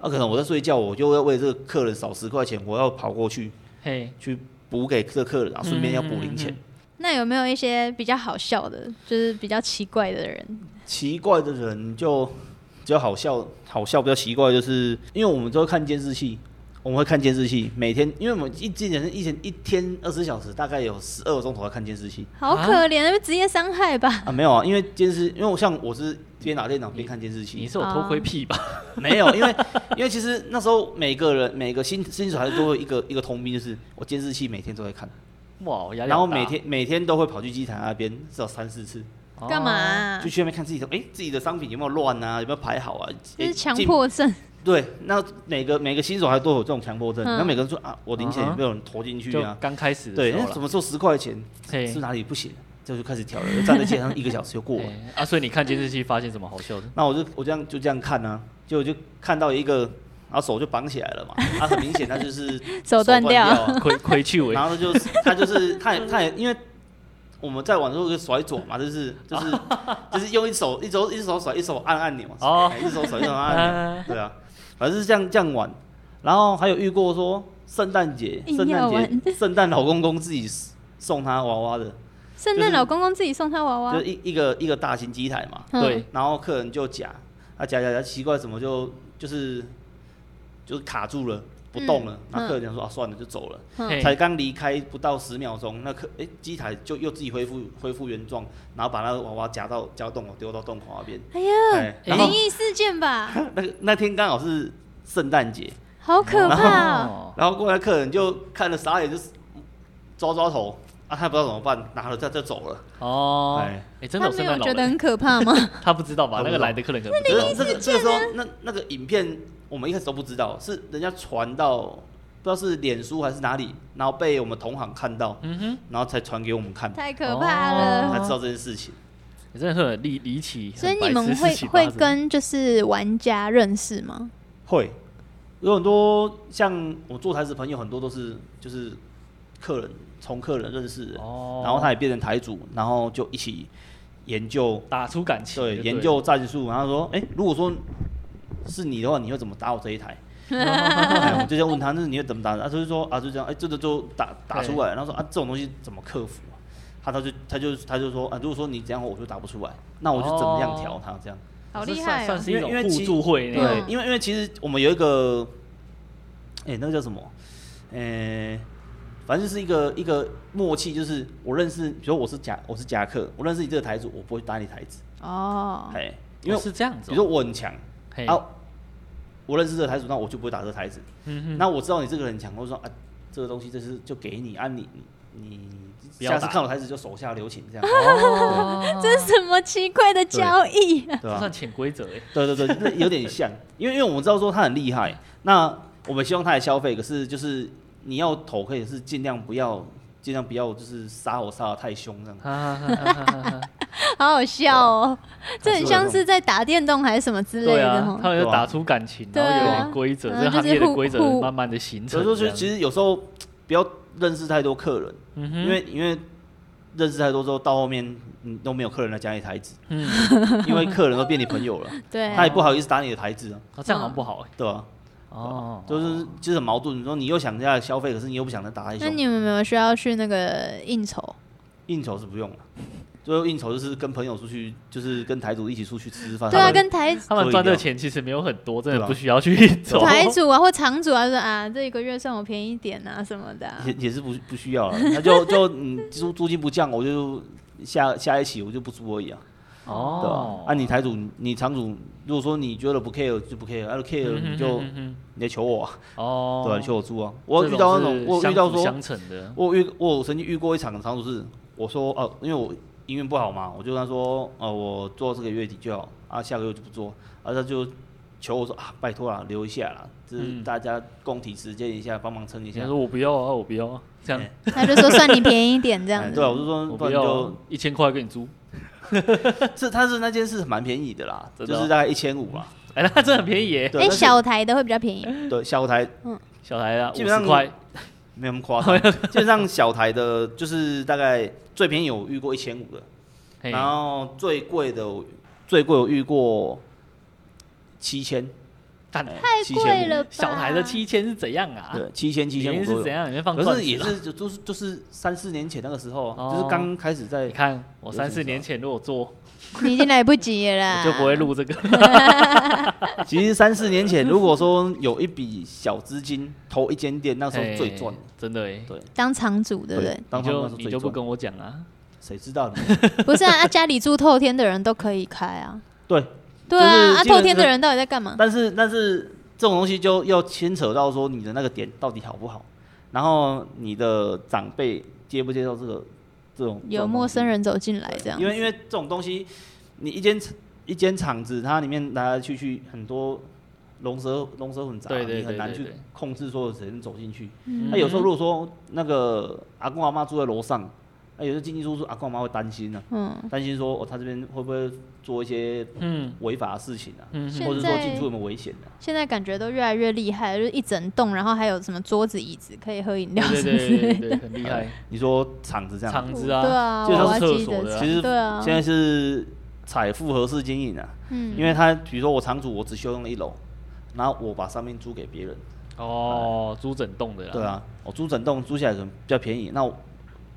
[SPEAKER 3] 那、可能我在睡觉，我就要为这个客人少十块钱，我要跑过去
[SPEAKER 2] 嘿，
[SPEAKER 3] 去补给这个客人啊，顺便要补零钱。
[SPEAKER 1] 那有没有一些比较好笑的，就是比较奇怪的人？
[SPEAKER 3] 奇怪的人就比较好笑，好笑比较奇怪，就是因为我们都会看监视器，我们会看监视器，每天，因为我们一进人一天一天二十小时，大概有十二个钟头在看监视器
[SPEAKER 1] 好可怜，那边职业伤害吧？
[SPEAKER 3] 啊，没有啊，因为监视，因为我像我是边打电脑边看监视器
[SPEAKER 2] 你。是有偷窥癖吧？
[SPEAKER 3] 没有，因为因为其实那时候每个人每个新新手还都会有一个一个通病，就是我监视器每天都在看，
[SPEAKER 2] 哇，压力好大
[SPEAKER 3] 哦然后每天每天都会跑去机台那边至少三四次，
[SPEAKER 2] 哦
[SPEAKER 1] 干嘛啊？
[SPEAKER 3] 就去那边看自己的，哎、自己的商品有没有乱啊，有没有排好啊？
[SPEAKER 1] 这
[SPEAKER 3] 诶
[SPEAKER 1] 是强。
[SPEAKER 3] 进
[SPEAKER 1] 迫症，
[SPEAKER 3] 对，那每个每个新手还都有这种强迫症，
[SPEAKER 1] 嗯
[SPEAKER 3] 那、每个人说啊，我零钱有没有人投进去
[SPEAKER 2] 就
[SPEAKER 3] 啊？
[SPEAKER 2] 刚开始的
[SPEAKER 3] 对，
[SPEAKER 2] 时
[SPEAKER 3] 那
[SPEAKER 2] 候
[SPEAKER 3] 怎
[SPEAKER 2] 了。
[SPEAKER 3] 么说十块钱
[SPEAKER 2] 嘿
[SPEAKER 3] 是哪里不行？这就开始调了，就站在街上一个小时就过 了。
[SPEAKER 2] 哎啊，所以你看监视器发现什么好笑的？
[SPEAKER 3] 那我就我这样就这样看啊，结果就看到一个，然后手就绑起来了嘛，啊，很明显他就是
[SPEAKER 1] 手断掉
[SPEAKER 3] 手 啊
[SPEAKER 2] 窥窥去为
[SPEAKER 3] 然后他就是他就是他也他也因为我们在玩的时候就甩左嘛，就是就是就是用一手一手一手甩一手按按钮嘛，
[SPEAKER 2] 哦
[SPEAKER 3] 哎一手 甩一手按按
[SPEAKER 2] 啊
[SPEAKER 3] 钮， 对啊，反正是这样这样玩。然后还有遇过说圣诞节，
[SPEAKER 1] 硬
[SPEAKER 3] 圣
[SPEAKER 1] 要
[SPEAKER 3] 诞
[SPEAKER 1] 玩
[SPEAKER 3] 节 圣诞老公公自己送他娃娃的，
[SPEAKER 1] 圣诞老公公自己送他娃娃
[SPEAKER 3] 就，一一个一个大型机台嘛，
[SPEAKER 1] 嗯
[SPEAKER 2] 对，
[SPEAKER 3] 然后客人就夹，啊夹夹夹，奇怪怎么就就是就是卡住了不动了
[SPEAKER 1] 嗯，
[SPEAKER 3] 那、
[SPEAKER 1] 嗯
[SPEAKER 3] 客人讲说啊算了就走了，
[SPEAKER 2] 嘿
[SPEAKER 3] 才刚离开不到十秒钟，那客哎机台就又自己恢复恢复原状，然后把那个娃娃夹到夹洞口丢到洞口那边，
[SPEAKER 1] 哎呀，
[SPEAKER 3] 哎，然后
[SPEAKER 1] 灵异事件吧，
[SPEAKER 3] 那个那天刚好是圣诞节，
[SPEAKER 1] 好可怕哦！
[SPEAKER 2] 哦
[SPEAKER 3] 然后过来客人就看了傻眼，就是抓抓头啊，他不知道怎么办，拿了他就走了，
[SPEAKER 2] 哦，
[SPEAKER 3] 哎
[SPEAKER 2] 哎，真的
[SPEAKER 1] 他
[SPEAKER 2] 有
[SPEAKER 1] 没
[SPEAKER 2] 圣诞
[SPEAKER 1] 有
[SPEAKER 2] 老
[SPEAKER 1] 觉得
[SPEAKER 2] 人，
[SPEAKER 1] 很可怕吗？
[SPEAKER 2] 他不知道吧？
[SPEAKER 3] 他不
[SPEAKER 2] 那
[SPEAKER 3] 知道
[SPEAKER 2] 个来的客人可能不
[SPEAKER 3] 这
[SPEAKER 2] 知
[SPEAKER 3] 个
[SPEAKER 2] 道。
[SPEAKER 3] 这个这个时候，那那个影片我们一开始都不知道，是人家传到不知道是脸书还是哪里，然后被我们同行看到，
[SPEAKER 2] 嗯哼，
[SPEAKER 3] 然后才传给我们看，
[SPEAKER 1] 太可怕了。
[SPEAKER 2] 哦
[SPEAKER 3] 才知道这件事情。
[SPEAKER 2] 你真的是很离离奇，
[SPEAKER 1] 所以
[SPEAKER 2] 很白
[SPEAKER 1] 你们
[SPEAKER 2] 痴
[SPEAKER 1] 会
[SPEAKER 2] 事情发
[SPEAKER 1] 会
[SPEAKER 2] 生
[SPEAKER 1] 跟就是玩家认识吗？
[SPEAKER 3] 会有很多像我做台子朋友，很多都是就是客人从客人认识的，
[SPEAKER 2] 哦
[SPEAKER 3] 然后他也变成台主，然后就一起研究
[SPEAKER 2] 打出感情，
[SPEAKER 3] 对
[SPEAKER 2] 就
[SPEAKER 3] 研究战术，然后说，哎、如果说是你的话，你会怎么打我这一台？哎我就这样问他，那你会怎么打？他就是说啊，就这样，哎、这个就打打出来。然后说啊，这种东西怎么克服？他他就他就他就说啊，如果说你这样，我就打不出来，那我就怎么样调他这样？
[SPEAKER 1] 好
[SPEAKER 2] 这
[SPEAKER 1] 厉
[SPEAKER 2] 算
[SPEAKER 1] 害
[SPEAKER 2] 算
[SPEAKER 1] 哦！嗯
[SPEAKER 2] 是一种
[SPEAKER 3] 因为因为
[SPEAKER 2] 互
[SPEAKER 3] 其
[SPEAKER 2] 助会那
[SPEAKER 3] 对
[SPEAKER 2] 种，，
[SPEAKER 3] 因为因为其实我们有一个，哎、那个叫什么？呃、反正就是一个一个默契，就是我认识，比如我是夹我是夹克，我认识你这个台主，我不会打你台子，
[SPEAKER 1] 哦，
[SPEAKER 3] 哎、因为
[SPEAKER 2] 哦是这样子
[SPEAKER 3] 比
[SPEAKER 2] 哦。
[SPEAKER 3] 如说我很强，
[SPEAKER 2] 嘿
[SPEAKER 3] 啊，我认识这个台主，那我就不会打这个台子。
[SPEAKER 2] 嗯哼，
[SPEAKER 3] 那我知道你这个人很强，我就说啊，这个东西这是就给你啊，你你
[SPEAKER 2] 不
[SPEAKER 3] 你
[SPEAKER 2] 要打
[SPEAKER 3] 下次看我台子就手下留情这样，
[SPEAKER 2] 哦，
[SPEAKER 1] 这是什么奇怪的交易 啊？
[SPEAKER 3] 对
[SPEAKER 2] 这
[SPEAKER 3] 吧
[SPEAKER 2] 算？潜规则哎。
[SPEAKER 3] 对对对，那有点像，因为因为我们知道说他很厉害，那我们希望他来消费，可是就是你要投可以是尽量不要，尽量不要就是杀我杀的太凶这样。
[SPEAKER 2] 哈哈哈哈哈哈
[SPEAKER 1] 好好笑哦！这很像
[SPEAKER 3] 还是
[SPEAKER 1] 是在打电动还是什么之类
[SPEAKER 2] 啊对
[SPEAKER 1] 的
[SPEAKER 2] 啊
[SPEAKER 1] 哦，。
[SPEAKER 2] 他们就打出感情，
[SPEAKER 1] 对啊
[SPEAKER 2] 然后有点规则，
[SPEAKER 1] 嗯
[SPEAKER 2] 这行
[SPEAKER 1] 就
[SPEAKER 2] 业
[SPEAKER 1] 是
[SPEAKER 2] 的
[SPEAKER 1] 互
[SPEAKER 2] 规则
[SPEAKER 1] 互
[SPEAKER 2] 慢慢的形
[SPEAKER 3] 所
[SPEAKER 2] 成
[SPEAKER 3] 以
[SPEAKER 2] 这
[SPEAKER 3] 说
[SPEAKER 2] 样。
[SPEAKER 3] 其实其实有时候不要认识太多客人，
[SPEAKER 2] 嗯
[SPEAKER 3] 因
[SPEAKER 2] 哼，
[SPEAKER 3] 为因为认识太多之后，到后面嗯都没有客人来加你台子，
[SPEAKER 2] 嗯
[SPEAKER 3] 因为客人都变你朋友了，
[SPEAKER 1] 对啊
[SPEAKER 3] 他也不好意思打你的台子啊，
[SPEAKER 2] 啊这样好像不好哎。
[SPEAKER 3] 对吧、嗯
[SPEAKER 2] 哦，
[SPEAKER 3] 就是就是很矛盾，你说你又想要消费，可是你又不想再打太
[SPEAKER 1] 那
[SPEAKER 3] 凶，
[SPEAKER 1] 你们有没有需要去那个应酬？
[SPEAKER 3] 应酬是不用了，最后应酬就是跟朋友出去，就是跟台主一起出去吃吃饭。
[SPEAKER 1] 对啊，
[SPEAKER 3] 他们
[SPEAKER 1] 跟台
[SPEAKER 2] 他哦们赚的钱其实没有很多，真的
[SPEAKER 3] 对啊
[SPEAKER 2] 不需要去走。
[SPEAKER 1] 台主啊或场主啊说啊，这一个月算我便宜一点啊什么的啊。
[SPEAKER 3] 也也是不不需要了，那就就嗯租租金不降，我就下下一期我就不租而已啊，对吧、
[SPEAKER 2] 哦，
[SPEAKER 3] 啊，你台主你场主，如果说你觉得不 care 就不 care，啊 care 你就
[SPEAKER 2] 嗯哼嗯
[SPEAKER 3] 你来求我、啊，
[SPEAKER 2] 哼哦，
[SPEAKER 3] 对、啊，你求我租啊。我有
[SPEAKER 2] 这
[SPEAKER 3] 遇到那
[SPEAKER 2] 是
[SPEAKER 3] 种，我有
[SPEAKER 2] 相
[SPEAKER 3] 遇到
[SPEAKER 2] 辅
[SPEAKER 3] 说
[SPEAKER 2] 相成的，
[SPEAKER 3] 我遇我曾经遇过一场场主是，我说哦、因为我音乐不好嘛，我就跟他说，呃，我做这个月底就好，啊，下个月就不做，啊，他就求我说啊，拜托啦，留一下啦，就是
[SPEAKER 2] 嗯
[SPEAKER 3] 大家共体时间一下，帮忙撑一
[SPEAKER 2] 以
[SPEAKER 3] 下
[SPEAKER 2] 前。说我不要啊，我不要啊，这样
[SPEAKER 3] 哎
[SPEAKER 1] 他就说算你便宜一点这样
[SPEAKER 3] 哎
[SPEAKER 1] 子。
[SPEAKER 3] 对啊，我就说，
[SPEAKER 2] 我
[SPEAKER 3] 不
[SPEAKER 2] 不
[SPEAKER 3] 然
[SPEAKER 2] 要
[SPEAKER 3] 就
[SPEAKER 2] 啊一千块给你租，
[SPEAKER 3] 是他是那件事蛮便宜的啦，
[SPEAKER 2] 真
[SPEAKER 3] 就
[SPEAKER 2] 的哦
[SPEAKER 3] 是大概一千五啦。
[SPEAKER 2] 哎，那真的很便宜耶，
[SPEAKER 3] 对，啊
[SPEAKER 1] 哎，
[SPEAKER 3] 但是
[SPEAKER 1] 小台的会比较便宜。
[SPEAKER 3] 对小台
[SPEAKER 2] 小台啊，五
[SPEAKER 3] 基本上
[SPEAKER 2] 十块，
[SPEAKER 3] 没有那么夸张， 基本上小台的就是大概最便宜有遇过一千五的，
[SPEAKER 2] 嘿
[SPEAKER 3] 然后最贵的我最贵我遇过七千，
[SPEAKER 2] 干
[SPEAKER 3] 太
[SPEAKER 1] 太贵了吧？
[SPEAKER 2] 小台的七千是怎样啊？
[SPEAKER 3] 哎对，七千七
[SPEAKER 2] 里
[SPEAKER 3] 千
[SPEAKER 2] 面
[SPEAKER 3] 五
[SPEAKER 2] 是
[SPEAKER 3] 左
[SPEAKER 2] 怎
[SPEAKER 3] 右。
[SPEAKER 2] 样？里面放
[SPEAKER 3] 可
[SPEAKER 2] 钻
[SPEAKER 3] 是也
[SPEAKER 2] 石啊。
[SPEAKER 3] 是就就是就是三四年前那个时候啊，
[SPEAKER 2] 哦
[SPEAKER 3] 就是刚开始在
[SPEAKER 2] 你，看，我
[SPEAKER 3] 有
[SPEAKER 2] 三
[SPEAKER 3] 什
[SPEAKER 2] 四
[SPEAKER 3] 么
[SPEAKER 2] 年前如果做，
[SPEAKER 1] 你已经来不及了
[SPEAKER 2] 我
[SPEAKER 1] 啦，
[SPEAKER 2] 就不会。录这个。
[SPEAKER 3] 其实三四年前如果说有一笔小资金投一间店，那时候最赚
[SPEAKER 2] 嘿，真的哎，
[SPEAKER 3] 对，
[SPEAKER 1] 当场主对不对？
[SPEAKER 3] 当
[SPEAKER 2] 你
[SPEAKER 3] 方那
[SPEAKER 2] 就
[SPEAKER 3] 时候
[SPEAKER 2] 你
[SPEAKER 3] 最
[SPEAKER 2] 就不
[SPEAKER 3] 赚，
[SPEAKER 2] 跟我讲啊？
[SPEAKER 3] 谁知道呢？
[SPEAKER 1] 不是啊，啊家里住透天的人都可以开啊。
[SPEAKER 3] 对，
[SPEAKER 1] 对啊，
[SPEAKER 3] 就是
[SPEAKER 1] 啊，
[SPEAKER 3] 基本
[SPEAKER 1] 透天的
[SPEAKER 3] 上
[SPEAKER 1] 人到底在干嘛？
[SPEAKER 3] 但是但是这种东西就要牵扯到说你的那个点到底好不好，然后你的长辈接不接受这个这种
[SPEAKER 1] 有陌生，人走进来这
[SPEAKER 3] 这种东西
[SPEAKER 1] 样，
[SPEAKER 3] 因为因为这种东西，你一间一间厂子，它里面来来去去很多龙蛇龙蛇混杂，
[SPEAKER 2] 对对对
[SPEAKER 3] 你很难
[SPEAKER 2] 对
[SPEAKER 3] 去
[SPEAKER 2] 对
[SPEAKER 3] 控制所有人走进去。
[SPEAKER 1] 嗯
[SPEAKER 3] 那有时候如果说那个阿公阿妈住在楼上，那有时候进进出出阿公阿妈会担心啊，
[SPEAKER 1] 嗯，
[SPEAKER 3] 担心说哦他这边会不会做一些
[SPEAKER 2] 嗯
[SPEAKER 3] 违法的事情啊，
[SPEAKER 2] 嗯
[SPEAKER 1] 现
[SPEAKER 3] 或者说进
[SPEAKER 1] 在
[SPEAKER 3] 出有没有危险啊？
[SPEAKER 1] 现在感觉都越来越厉害，就是一整栋，然后还有什么桌子椅子可以喝饮料
[SPEAKER 2] 对
[SPEAKER 1] 什
[SPEAKER 2] 对
[SPEAKER 1] 么之
[SPEAKER 2] 对
[SPEAKER 1] 类
[SPEAKER 2] 对
[SPEAKER 1] 的。
[SPEAKER 2] 对，很厉害，
[SPEAKER 3] 你说厂子这样，
[SPEAKER 2] 厂子
[SPEAKER 1] 对
[SPEAKER 2] 啊，
[SPEAKER 1] 啊，
[SPEAKER 3] 就
[SPEAKER 1] 娃
[SPEAKER 3] 像
[SPEAKER 1] 娃
[SPEAKER 2] 是
[SPEAKER 1] 机
[SPEAKER 2] 厕所的啊
[SPEAKER 1] 的，
[SPEAKER 3] 其实
[SPEAKER 1] 对啊，
[SPEAKER 3] 现在是采复合式经营啊，
[SPEAKER 1] 嗯
[SPEAKER 3] 因为他比如说我厂主我只修用了一楼，然后我把上面租给别人，
[SPEAKER 2] 哦，租整栋的啦，
[SPEAKER 3] 哎对，啊，我租整栋租下来可能比较便宜，那我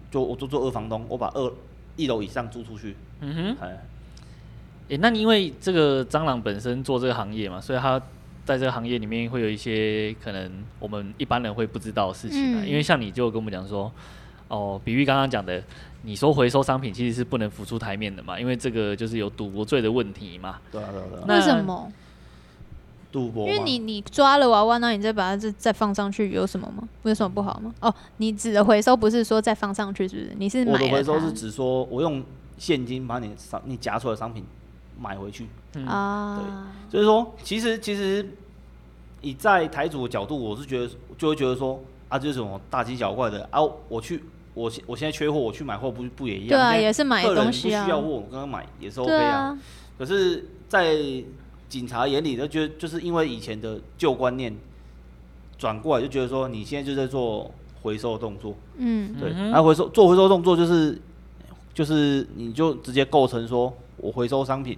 [SPEAKER 3] 就我就做二房东，我把二一楼以上租出去，
[SPEAKER 2] 嗯哼，
[SPEAKER 3] 哎，
[SPEAKER 2] 诶，那你因为这个蟑螂本身做这个行业嘛，所以它在这个行业里面会有一些可能我们一般人会不知道的事情啊。
[SPEAKER 1] 嗯
[SPEAKER 2] 因为像你就跟我们讲说，哦，比喻刚刚讲的，你说回收商品其实是不能浮出台面的嘛，因为这个就是有赌博罪的问题嘛。
[SPEAKER 3] 对啊对啊对啊，
[SPEAKER 2] 那
[SPEAKER 1] 为什么？
[SPEAKER 3] 赌博
[SPEAKER 1] 因
[SPEAKER 3] 嘛，
[SPEAKER 1] 为你你抓了娃娃，那你再把它再再放上去有什么吗？有什么不好吗？哦，你指的回收不是说再放上去，是不是？你是买
[SPEAKER 3] 我的
[SPEAKER 1] 了
[SPEAKER 3] 回收
[SPEAKER 1] 它
[SPEAKER 3] 是指说我用现金把你商你夹出来的商品买回去，
[SPEAKER 2] 嗯
[SPEAKER 1] 啊，
[SPEAKER 3] 就是说其实其实以在台主的角度，我是觉得就会觉得说啊，这种大惊小怪的啊，我去。我现我现在缺货，我去买货不不也一样？
[SPEAKER 1] 对啊
[SPEAKER 3] 现在
[SPEAKER 1] 也是买
[SPEAKER 3] 客人
[SPEAKER 1] 东西啊
[SPEAKER 3] 不需要货，我刚刚买也是 OK
[SPEAKER 1] 对
[SPEAKER 3] 啊。，可是，在警察眼里，就觉得就是因为以前的旧观念转过来，就觉得说你现在就在做回收动作，
[SPEAKER 1] 嗯
[SPEAKER 3] 对，
[SPEAKER 2] 嗯哼
[SPEAKER 3] 然后回收做回收动作就是就是你就直接构成说我回收商品，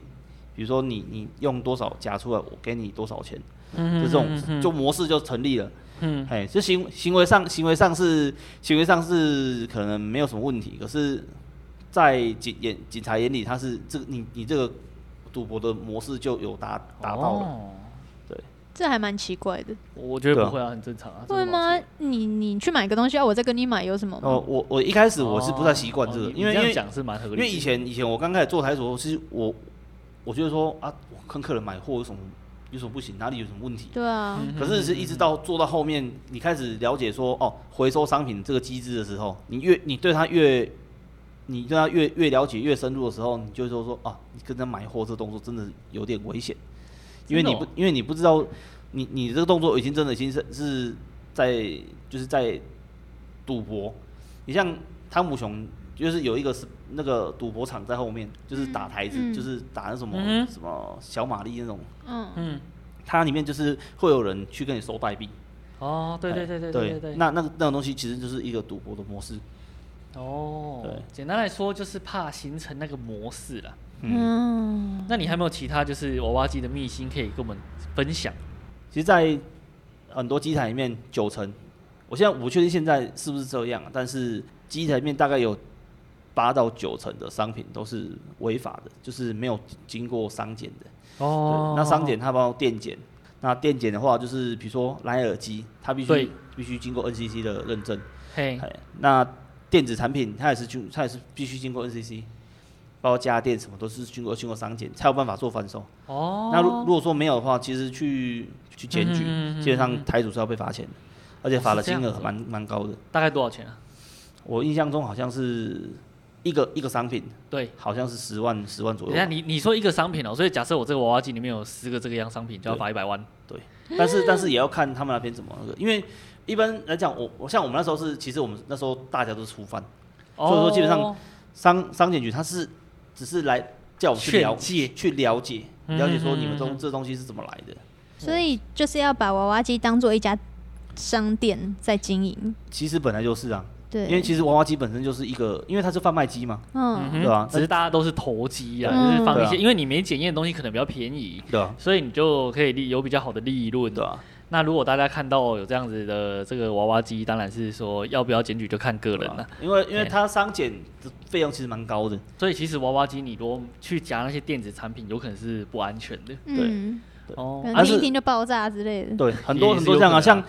[SPEAKER 3] 比如说你你用多少夹出来，我给你多少钱，
[SPEAKER 2] 嗯
[SPEAKER 3] 就这种就模式就成立了。
[SPEAKER 2] 嗯，
[SPEAKER 3] 哎，这行行为上行为上是行为上是可能没有什么问题，可是，在警眼警察眼里，他是这个你你这个赌博的模式就有达达到了。
[SPEAKER 2] 哦
[SPEAKER 1] 这还蛮奇怪的，
[SPEAKER 2] 我觉
[SPEAKER 3] 对
[SPEAKER 2] 得
[SPEAKER 3] 啊
[SPEAKER 2] 不会啊，很正常啊。这
[SPEAKER 1] 会
[SPEAKER 2] 个逻
[SPEAKER 1] 吗
[SPEAKER 2] 辑？？
[SPEAKER 1] 你你去买个东西啊，我再跟你买有什么
[SPEAKER 3] 哦，
[SPEAKER 1] 吗？
[SPEAKER 3] 我我一开始我是不太习惯这个，
[SPEAKER 2] 哦哦你
[SPEAKER 3] 因为
[SPEAKER 2] 你
[SPEAKER 3] 因
[SPEAKER 2] 这
[SPEAKER 3] 为
[SPEAKER 2] 样讲是蛮合理
[SPEAKER 3] 因
[SPEAKER 2] 的，
[SPEAKER 3] 为以前以前我刚开始做台的时候，是我我觉得说啊，我跟客人买货有什么有什么不行，哪里有什么问题？
[SPEAKER 1] 对啊，
[SPEAKER 2] 嗯
[SPEAKER 3] 可是是一直到做到后面，你开始了解说哦，回收商品这个机制的时候，你越你对它越，你对它越越了解越深入的时候，你就说说啊，你跟着买货这动作真的有点危险，因为
[SPEAKER 2] 真的
[SPEAKER 3] 你
[SPEAKER 2] 哦
[SPEAKER 3] 不因为你不知道你你这个动作已经真的已经是是在就是在赌博，你像汤姆熊。就是有一个是那个赌博场在后面，就是打台子，
[SPEAKER 1] 嗯
[SPEAKER 3] 就是打那什么、
[SPEAKER 2] 嗯哼
[SPEAKER 3] 什么小玛丽那种，
[SPEAKER 1] 嗯，
[SPEAKER 2] 嗯，
[SPEAKER 3] 它里面就是会有人去跟你收代币，
[SPEAKER 2] 哦，对对对对对
[SPEAKER 3] 哎对
[SPEAKER 2] 对对，
[SPEAKER 3] 那那个那种东西其实就是一个赌博的模式。
[SPEAKER 2] 哦
[SPEAKER 3] 对，
[SPEAKER 2] 简单来说就是怕形成那个模式啦。
[SPEAKER 1] 嗯，
[SPEAKER 2] 那你还没有其他就是娃娃机的秘辛可以跟我们分享？
[SPEAKER 3] 其实，在很多机台里面，九成，我现在我不确定现在是不是这样，啊但是机台里面大概有八到九成的商品都是违法的，就是没有经过商检的。
[SPEAKER 2] 哦
[SPEAKER 3] 对那商检它包括电检，那电检的话就是比如说蓝牙耳机，它必
[SPEAKER 2] 对
[SPEAKER 3] 须必须经过 NCC 的认证。
[SPEAKER 2] 嘿，
[SPEAKER 3] 哎，那电子产品它也是经，它也是必须经过 NCC，包括家电什么都是经过经过商检才有办法做反手。
[SPEAKER 2] 哦，
[SPEAKER 3] 那如如果说没有的话，其实去去检举，
[SPEAKER 2] 嗯嗯嗯嗯
[SPEAKER 3] 基本上台主是要被罚钱的，而且罚的金
[SPEAKER 2] 是这样
[SPEAKER 3] 额
[SPEAKER 2] 子哦
[SPEAKER 3] 蛮蛮高的。
[SPEAKER 2] 大概多少钱啊？
[SPEAKER 3] 我印象中好像是一个一个商品，
[SPEAKER 2] 对，
[SPEAKER 3] 好像是十万十万左
[SPEAKER 2] 等
[SPEAKER 3] 右
[SPEAKER 2] 一下
[SPEAKER 3] 吧。
[SPEAKER 2] 你你说一个商品哦，所以假设我这个娃娃机里面有十个这个样商品，就要罚一百万。
[SPEAKER 3] 但是但是也要看他们那边怎么那个，因为一般来讲，我我像我们那时候是，其实我们那时候大家都是初犯，
[SPEAKER 2] 哦
[SPEAKER 3] 所以说基本上商商检局他是只是来叫我们去了
[SPEAKER 2] 劝诫
[SPEAKER 3] 去了解
[SPEAKER 2] 嗯
[SPEAKER 3] 了解说你
[SPEAKER 2] 嗯
[SPEAKER 3] 们
[SPEAKER 2] 嗯
[SPEAKER 3] 东
[SPEAKER 2] 嗯
[SPEAKER 3] 这东西是怎么来的。
[SPEAKER 1] 所以就是要把娃娃机当做一家商店在经营，
[SPEAKER 3] 其实本来就是啊，
[SPEAKER 1] 对，
[SPEAKER 3] 因为其实娃娃机本身就是一个，因为它是贩卖机嘛，
[SPEAKER 2] 嗯
[SPEAKER 1] 嗯
[SPEAKER 2] 哼
[SPEAKER 3] 对啊
[SPEAKER 2] 只是大家都是投机啊，
[SPEAKER 1] 嗯
[SPEAKER 2] 就是放一些，
[SPEAKER 3] 对啊
[SPEAKER 2] 因为你没检验的东西可能比较便宜，
[SPEAKER 3] 对啊，
[SPEAKER 2] 所以你就可以利有比较好的利润。
[SPEAKER 3] 对啊，
[SPEAKER 2] 那如果大家看到有这样子的这个娃娃机，当然是说要不要检举就看个
[SPEAKER 3] 对
[SPEAKER 2] 人
[SPEAKER 3] 啊
[SPEAKER 2] 了。
[SPEAKER 3] 因为因为
[SPEAKER 2] 对
[SPEAKER 3] 它商检的费用其实蛮高的，
[SPEAKER 2] 所以其实娃娃机你如果去夹那些电子产品，有可能是不安全的。
[SPEAKER 1] 嗯，
[SPEAKER 2] 哦
[SPEAKER 1] 可，
[SPEAKER 3] 啊
[SPEAKER 1] 能听一
[SPEAKER 3] 是
[SPEAKER 1] 听就爆炸之类的，
[SPEAKER 3] 对，很多
[SPEAKER 2] 也
[SPEAKER 3] 很
[SPEAKER 2] 是
[SPEAKER 3] 多
[SPEAKER 2] 有
[SPEAKER 3] 这样
[SPEAKER 2] 可能
[SPEAKER 3] 啊，像
[SPEAKER 2] 啊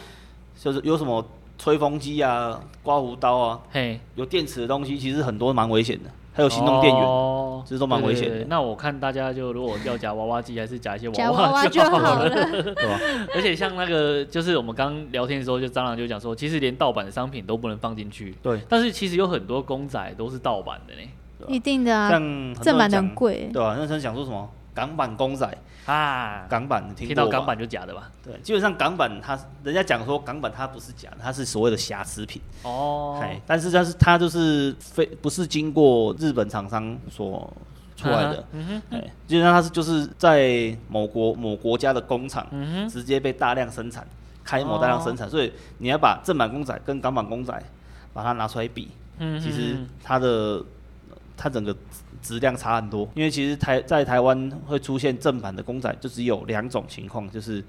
[SPEAKER 3] 就是有什么吹风机啊、刮胡刀啊，
[SPEAKER 2] 嘿，
[SPEAKER 3] 有电池的东西，其实很多蛮危险的。还有行动电源，
[SPEAKER 2] 哦
[SPEAKER 3] 其实都蛮危险的
[SPEAKER 2] 对对对那我看大家就如果要夹娃娃机，还是夹一些
[SPEAKER 1] 夹
[SPEAKER 2] 娃
[SPEAKER 1] 娃娃就
[SPEAKER 2] 好
[SPEAKER 1] 好
[SPEAKER 2] 了。
[SPEAKER 1] 了。
[SPEAKER 3] 对吧？
[SPEAKER 2] 而且像那个，就是我们刚聊天的时候，就蟑螂就讲说，其实连盗版的商品都不能放进去。
[SPEAKER 3] 对，
[SPEAKER 2] 但是其实有很多公仔都是盗版的呢。
[SPEAKER 1] 一定的
[SPEAKER 3] 像
[SPEAKER 1] 啊，
[SPEAKER 3] 很多人
[SPEAKER 1] 正版的
[SPEAKER 3] 讲
[SPEAKER 1] 很贵。
[SPEAKER 3] 对吧、啊那时候讲说什么港版公仔，
[SPEAKER 2] 啊，
[SPEAKER 3] 港版你听
[SPEAKER 2] 听
[SPEAKER 3] 过
[SPEAKER 2] 到
[SPEAKER 3] 吧
[SPEAKER 2] 港版就假的吧？
[SPEAKER 3] 对，基本上港版它人家讲说港版它不是假的，它是所谓的瑕疵品，
[SPEAKER 2] 哦，
[SPEAKER 3] 哎、但是但是它就是非不是经过日本厂商所出来的，
[SPEAKER 2] 嗯哼，
[SPEAKER 3] 哎、基本上它是就是在某国某国家的工厂
[SPEAKER 2] 嗯哦
[SPEAKER 3] 直接被大量生产，开模大量生产，所以你要把正版公仔跟港版公仔把它拿出来比，
[SPEAKER 2] 嗯哼，
[SPEAKER 3] 其实它的它整个质量差很多，因为其实台在台湾会出现正版的公仔，就只有两种情况，就是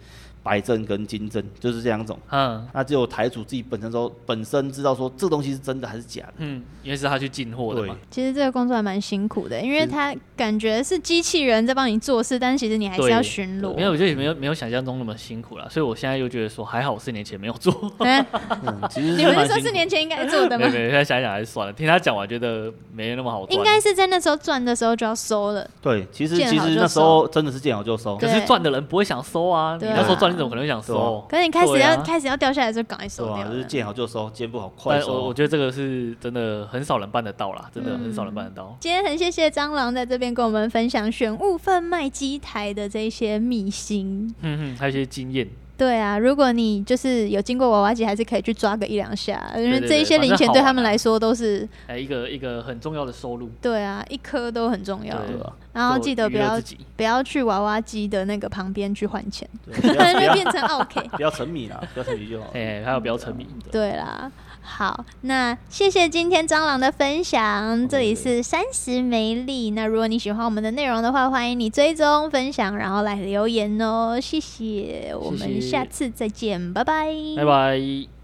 [SPEAKER 3] 白正跟金正，就是这两种。
[SPEAKER 2] 嗯
[SPEAKER 3] 那只有台主自己本身说本身知道说这东西是真的还是假的，
[SPEAKER 2] 嗯，因为是他去进货的嘛。
[SPEAKER 1] 其实这个工作还蛮辛苦的，因为
[SPEAKER 3] 其实
[SPEAKER 1] 它感觉是机器人在帮你做事，但是其实你还是
[SPEAKER 2] 对
[SPEAKER 1] 要巡逻。
[SPEAKER 2] 没有，就是没有没有想象中那么辛苦了，所以我现在又觉得说还好四年前没有 做，
[SPEAKER 1] 哎，
[SPEAKER 3] 嗯，其实
[SPEAKER 1] 你
[SPEAKER 3] 是
[SPEAKER 1] 不是
[SPEAKER 3] 蛮
[SPEAKER 1] 说
[SPEAKER 3] 辛
[SPEAKER 1] 四
[SPEAKER 3] 苦。
[SPEAKER 1] 年前应该做的
[SPEAKER 2] 没
[SPEAKER 1] 吗
[SPEAKER 2] 有？没有，现在想一想还是算了。听他讲完，觉得没那么好赚。
[SPEAKER 1] 应该是在那时候赚的时候就要收
[SPEAKER 2] 啊
[SPEAKER 1] 了。
[SPEAKER 3] 对，其实
[SPEAKER 1] 见好
[SPEAKER 3] 其
[SPEAKER 1] 就
[SPEAKER 3] 实那时候真的是见好就收，啊
[SPEAKER 2] 可
[SPEAKER 1] 对
[SPEAKER 2] 是赚的人不会想收啊，你
[SPEAKER 1] 对啊
[SPEAKER 2] 那时候赚你怎么可能会想收？
[SPEAKER 1] 可是你开始
[SPEAKER 2] 对
[SPEAKER 1] 要、
[SPEAKER 2] 啊
[SPEAKER 1] 开始要掉下来的时候，赶快
[SPEAKER 3] 对
[SPEAKER 1] 收
[SPEAKER 3] 吧、
[SPEAKER 1] 掉
[SPEAKER 3] 就
[SPEAKER 1] 了
[SPEAKER 3] 是。见好就收，见不好快
[SPEAKER 2] 但我
[SPEAKER 3] 收啊
[SPEAKER 2] 我。觉得这个是真的很少人办得到啦，真
[SPEAKER 1] 嗯
[SPEAKER 2] 的很少人办得到。
[SPEAKER 1] 今天很谢谢蟑螂在这边跟我们分享选物贩卖机台的这些秘辛。
[SPEAKER 2] 嗯哼，还有一些经验，
[SPEAKER 1] 对啊，如果你就是有经过娃娃机，还是可以去抓个一两下，因为
[SPEAKER 2] 对对
[SPEAKER 1] 这一些
[SPEAKER 2] 反正
[SPEAKER 1] 零钱
[SPEAKER 2] 好
[SPEAKER 1] 对
[SPEAKER 2] 玩
[SPEAKER 1] 他们
[SPEAKER 2] 啊
[SPEAKER 1] 来说都是
[SPEAKER 2] 哎，一个一个很重要的收入，
[SPEAKER 1] 对啊，一颗都很重要。
[SPEAKER 2] 对
[SPEAKER 3] 对吧？
[SPEAKER 1] 然后记得
[SPEAKER 2] 做
[SPEAKER 1] 不
[SPEAKER 2] 娱乐
[SPEAKER 1] 要
[SPEAKER 2] 自己
[SPEAKER 1] 不要去娃娃机的那个旁边去换钱，
[SPEAKER 3] 对 不
[SPEAKER 1] 不然就
[SPEAKER 3] 要不
[SPEAKER 1] 会
[SPEAKER 3] 要
[SPEAKER 1] 变成 OK。
[SPEAKER 3] 不要沉迷啦，不要沉迷 就好。
[SPEAKER 2] 哎，还有不要沉迷。
[SPEAKER 1] 对啦，好，那谢谢今天蟑螂的分享，这里是三十美丽。那如果你喜欢我们的内容的话，欢迎你追踪、分享，然后来留言哦，谢谢，我
[SPEAKER 2] 谢
[SPEAKER 1] 们
[SPEAKER 2] 谢
[SPEAKER 1] 下次再见，拜拜，
[SPEAKER 2] 拜拜。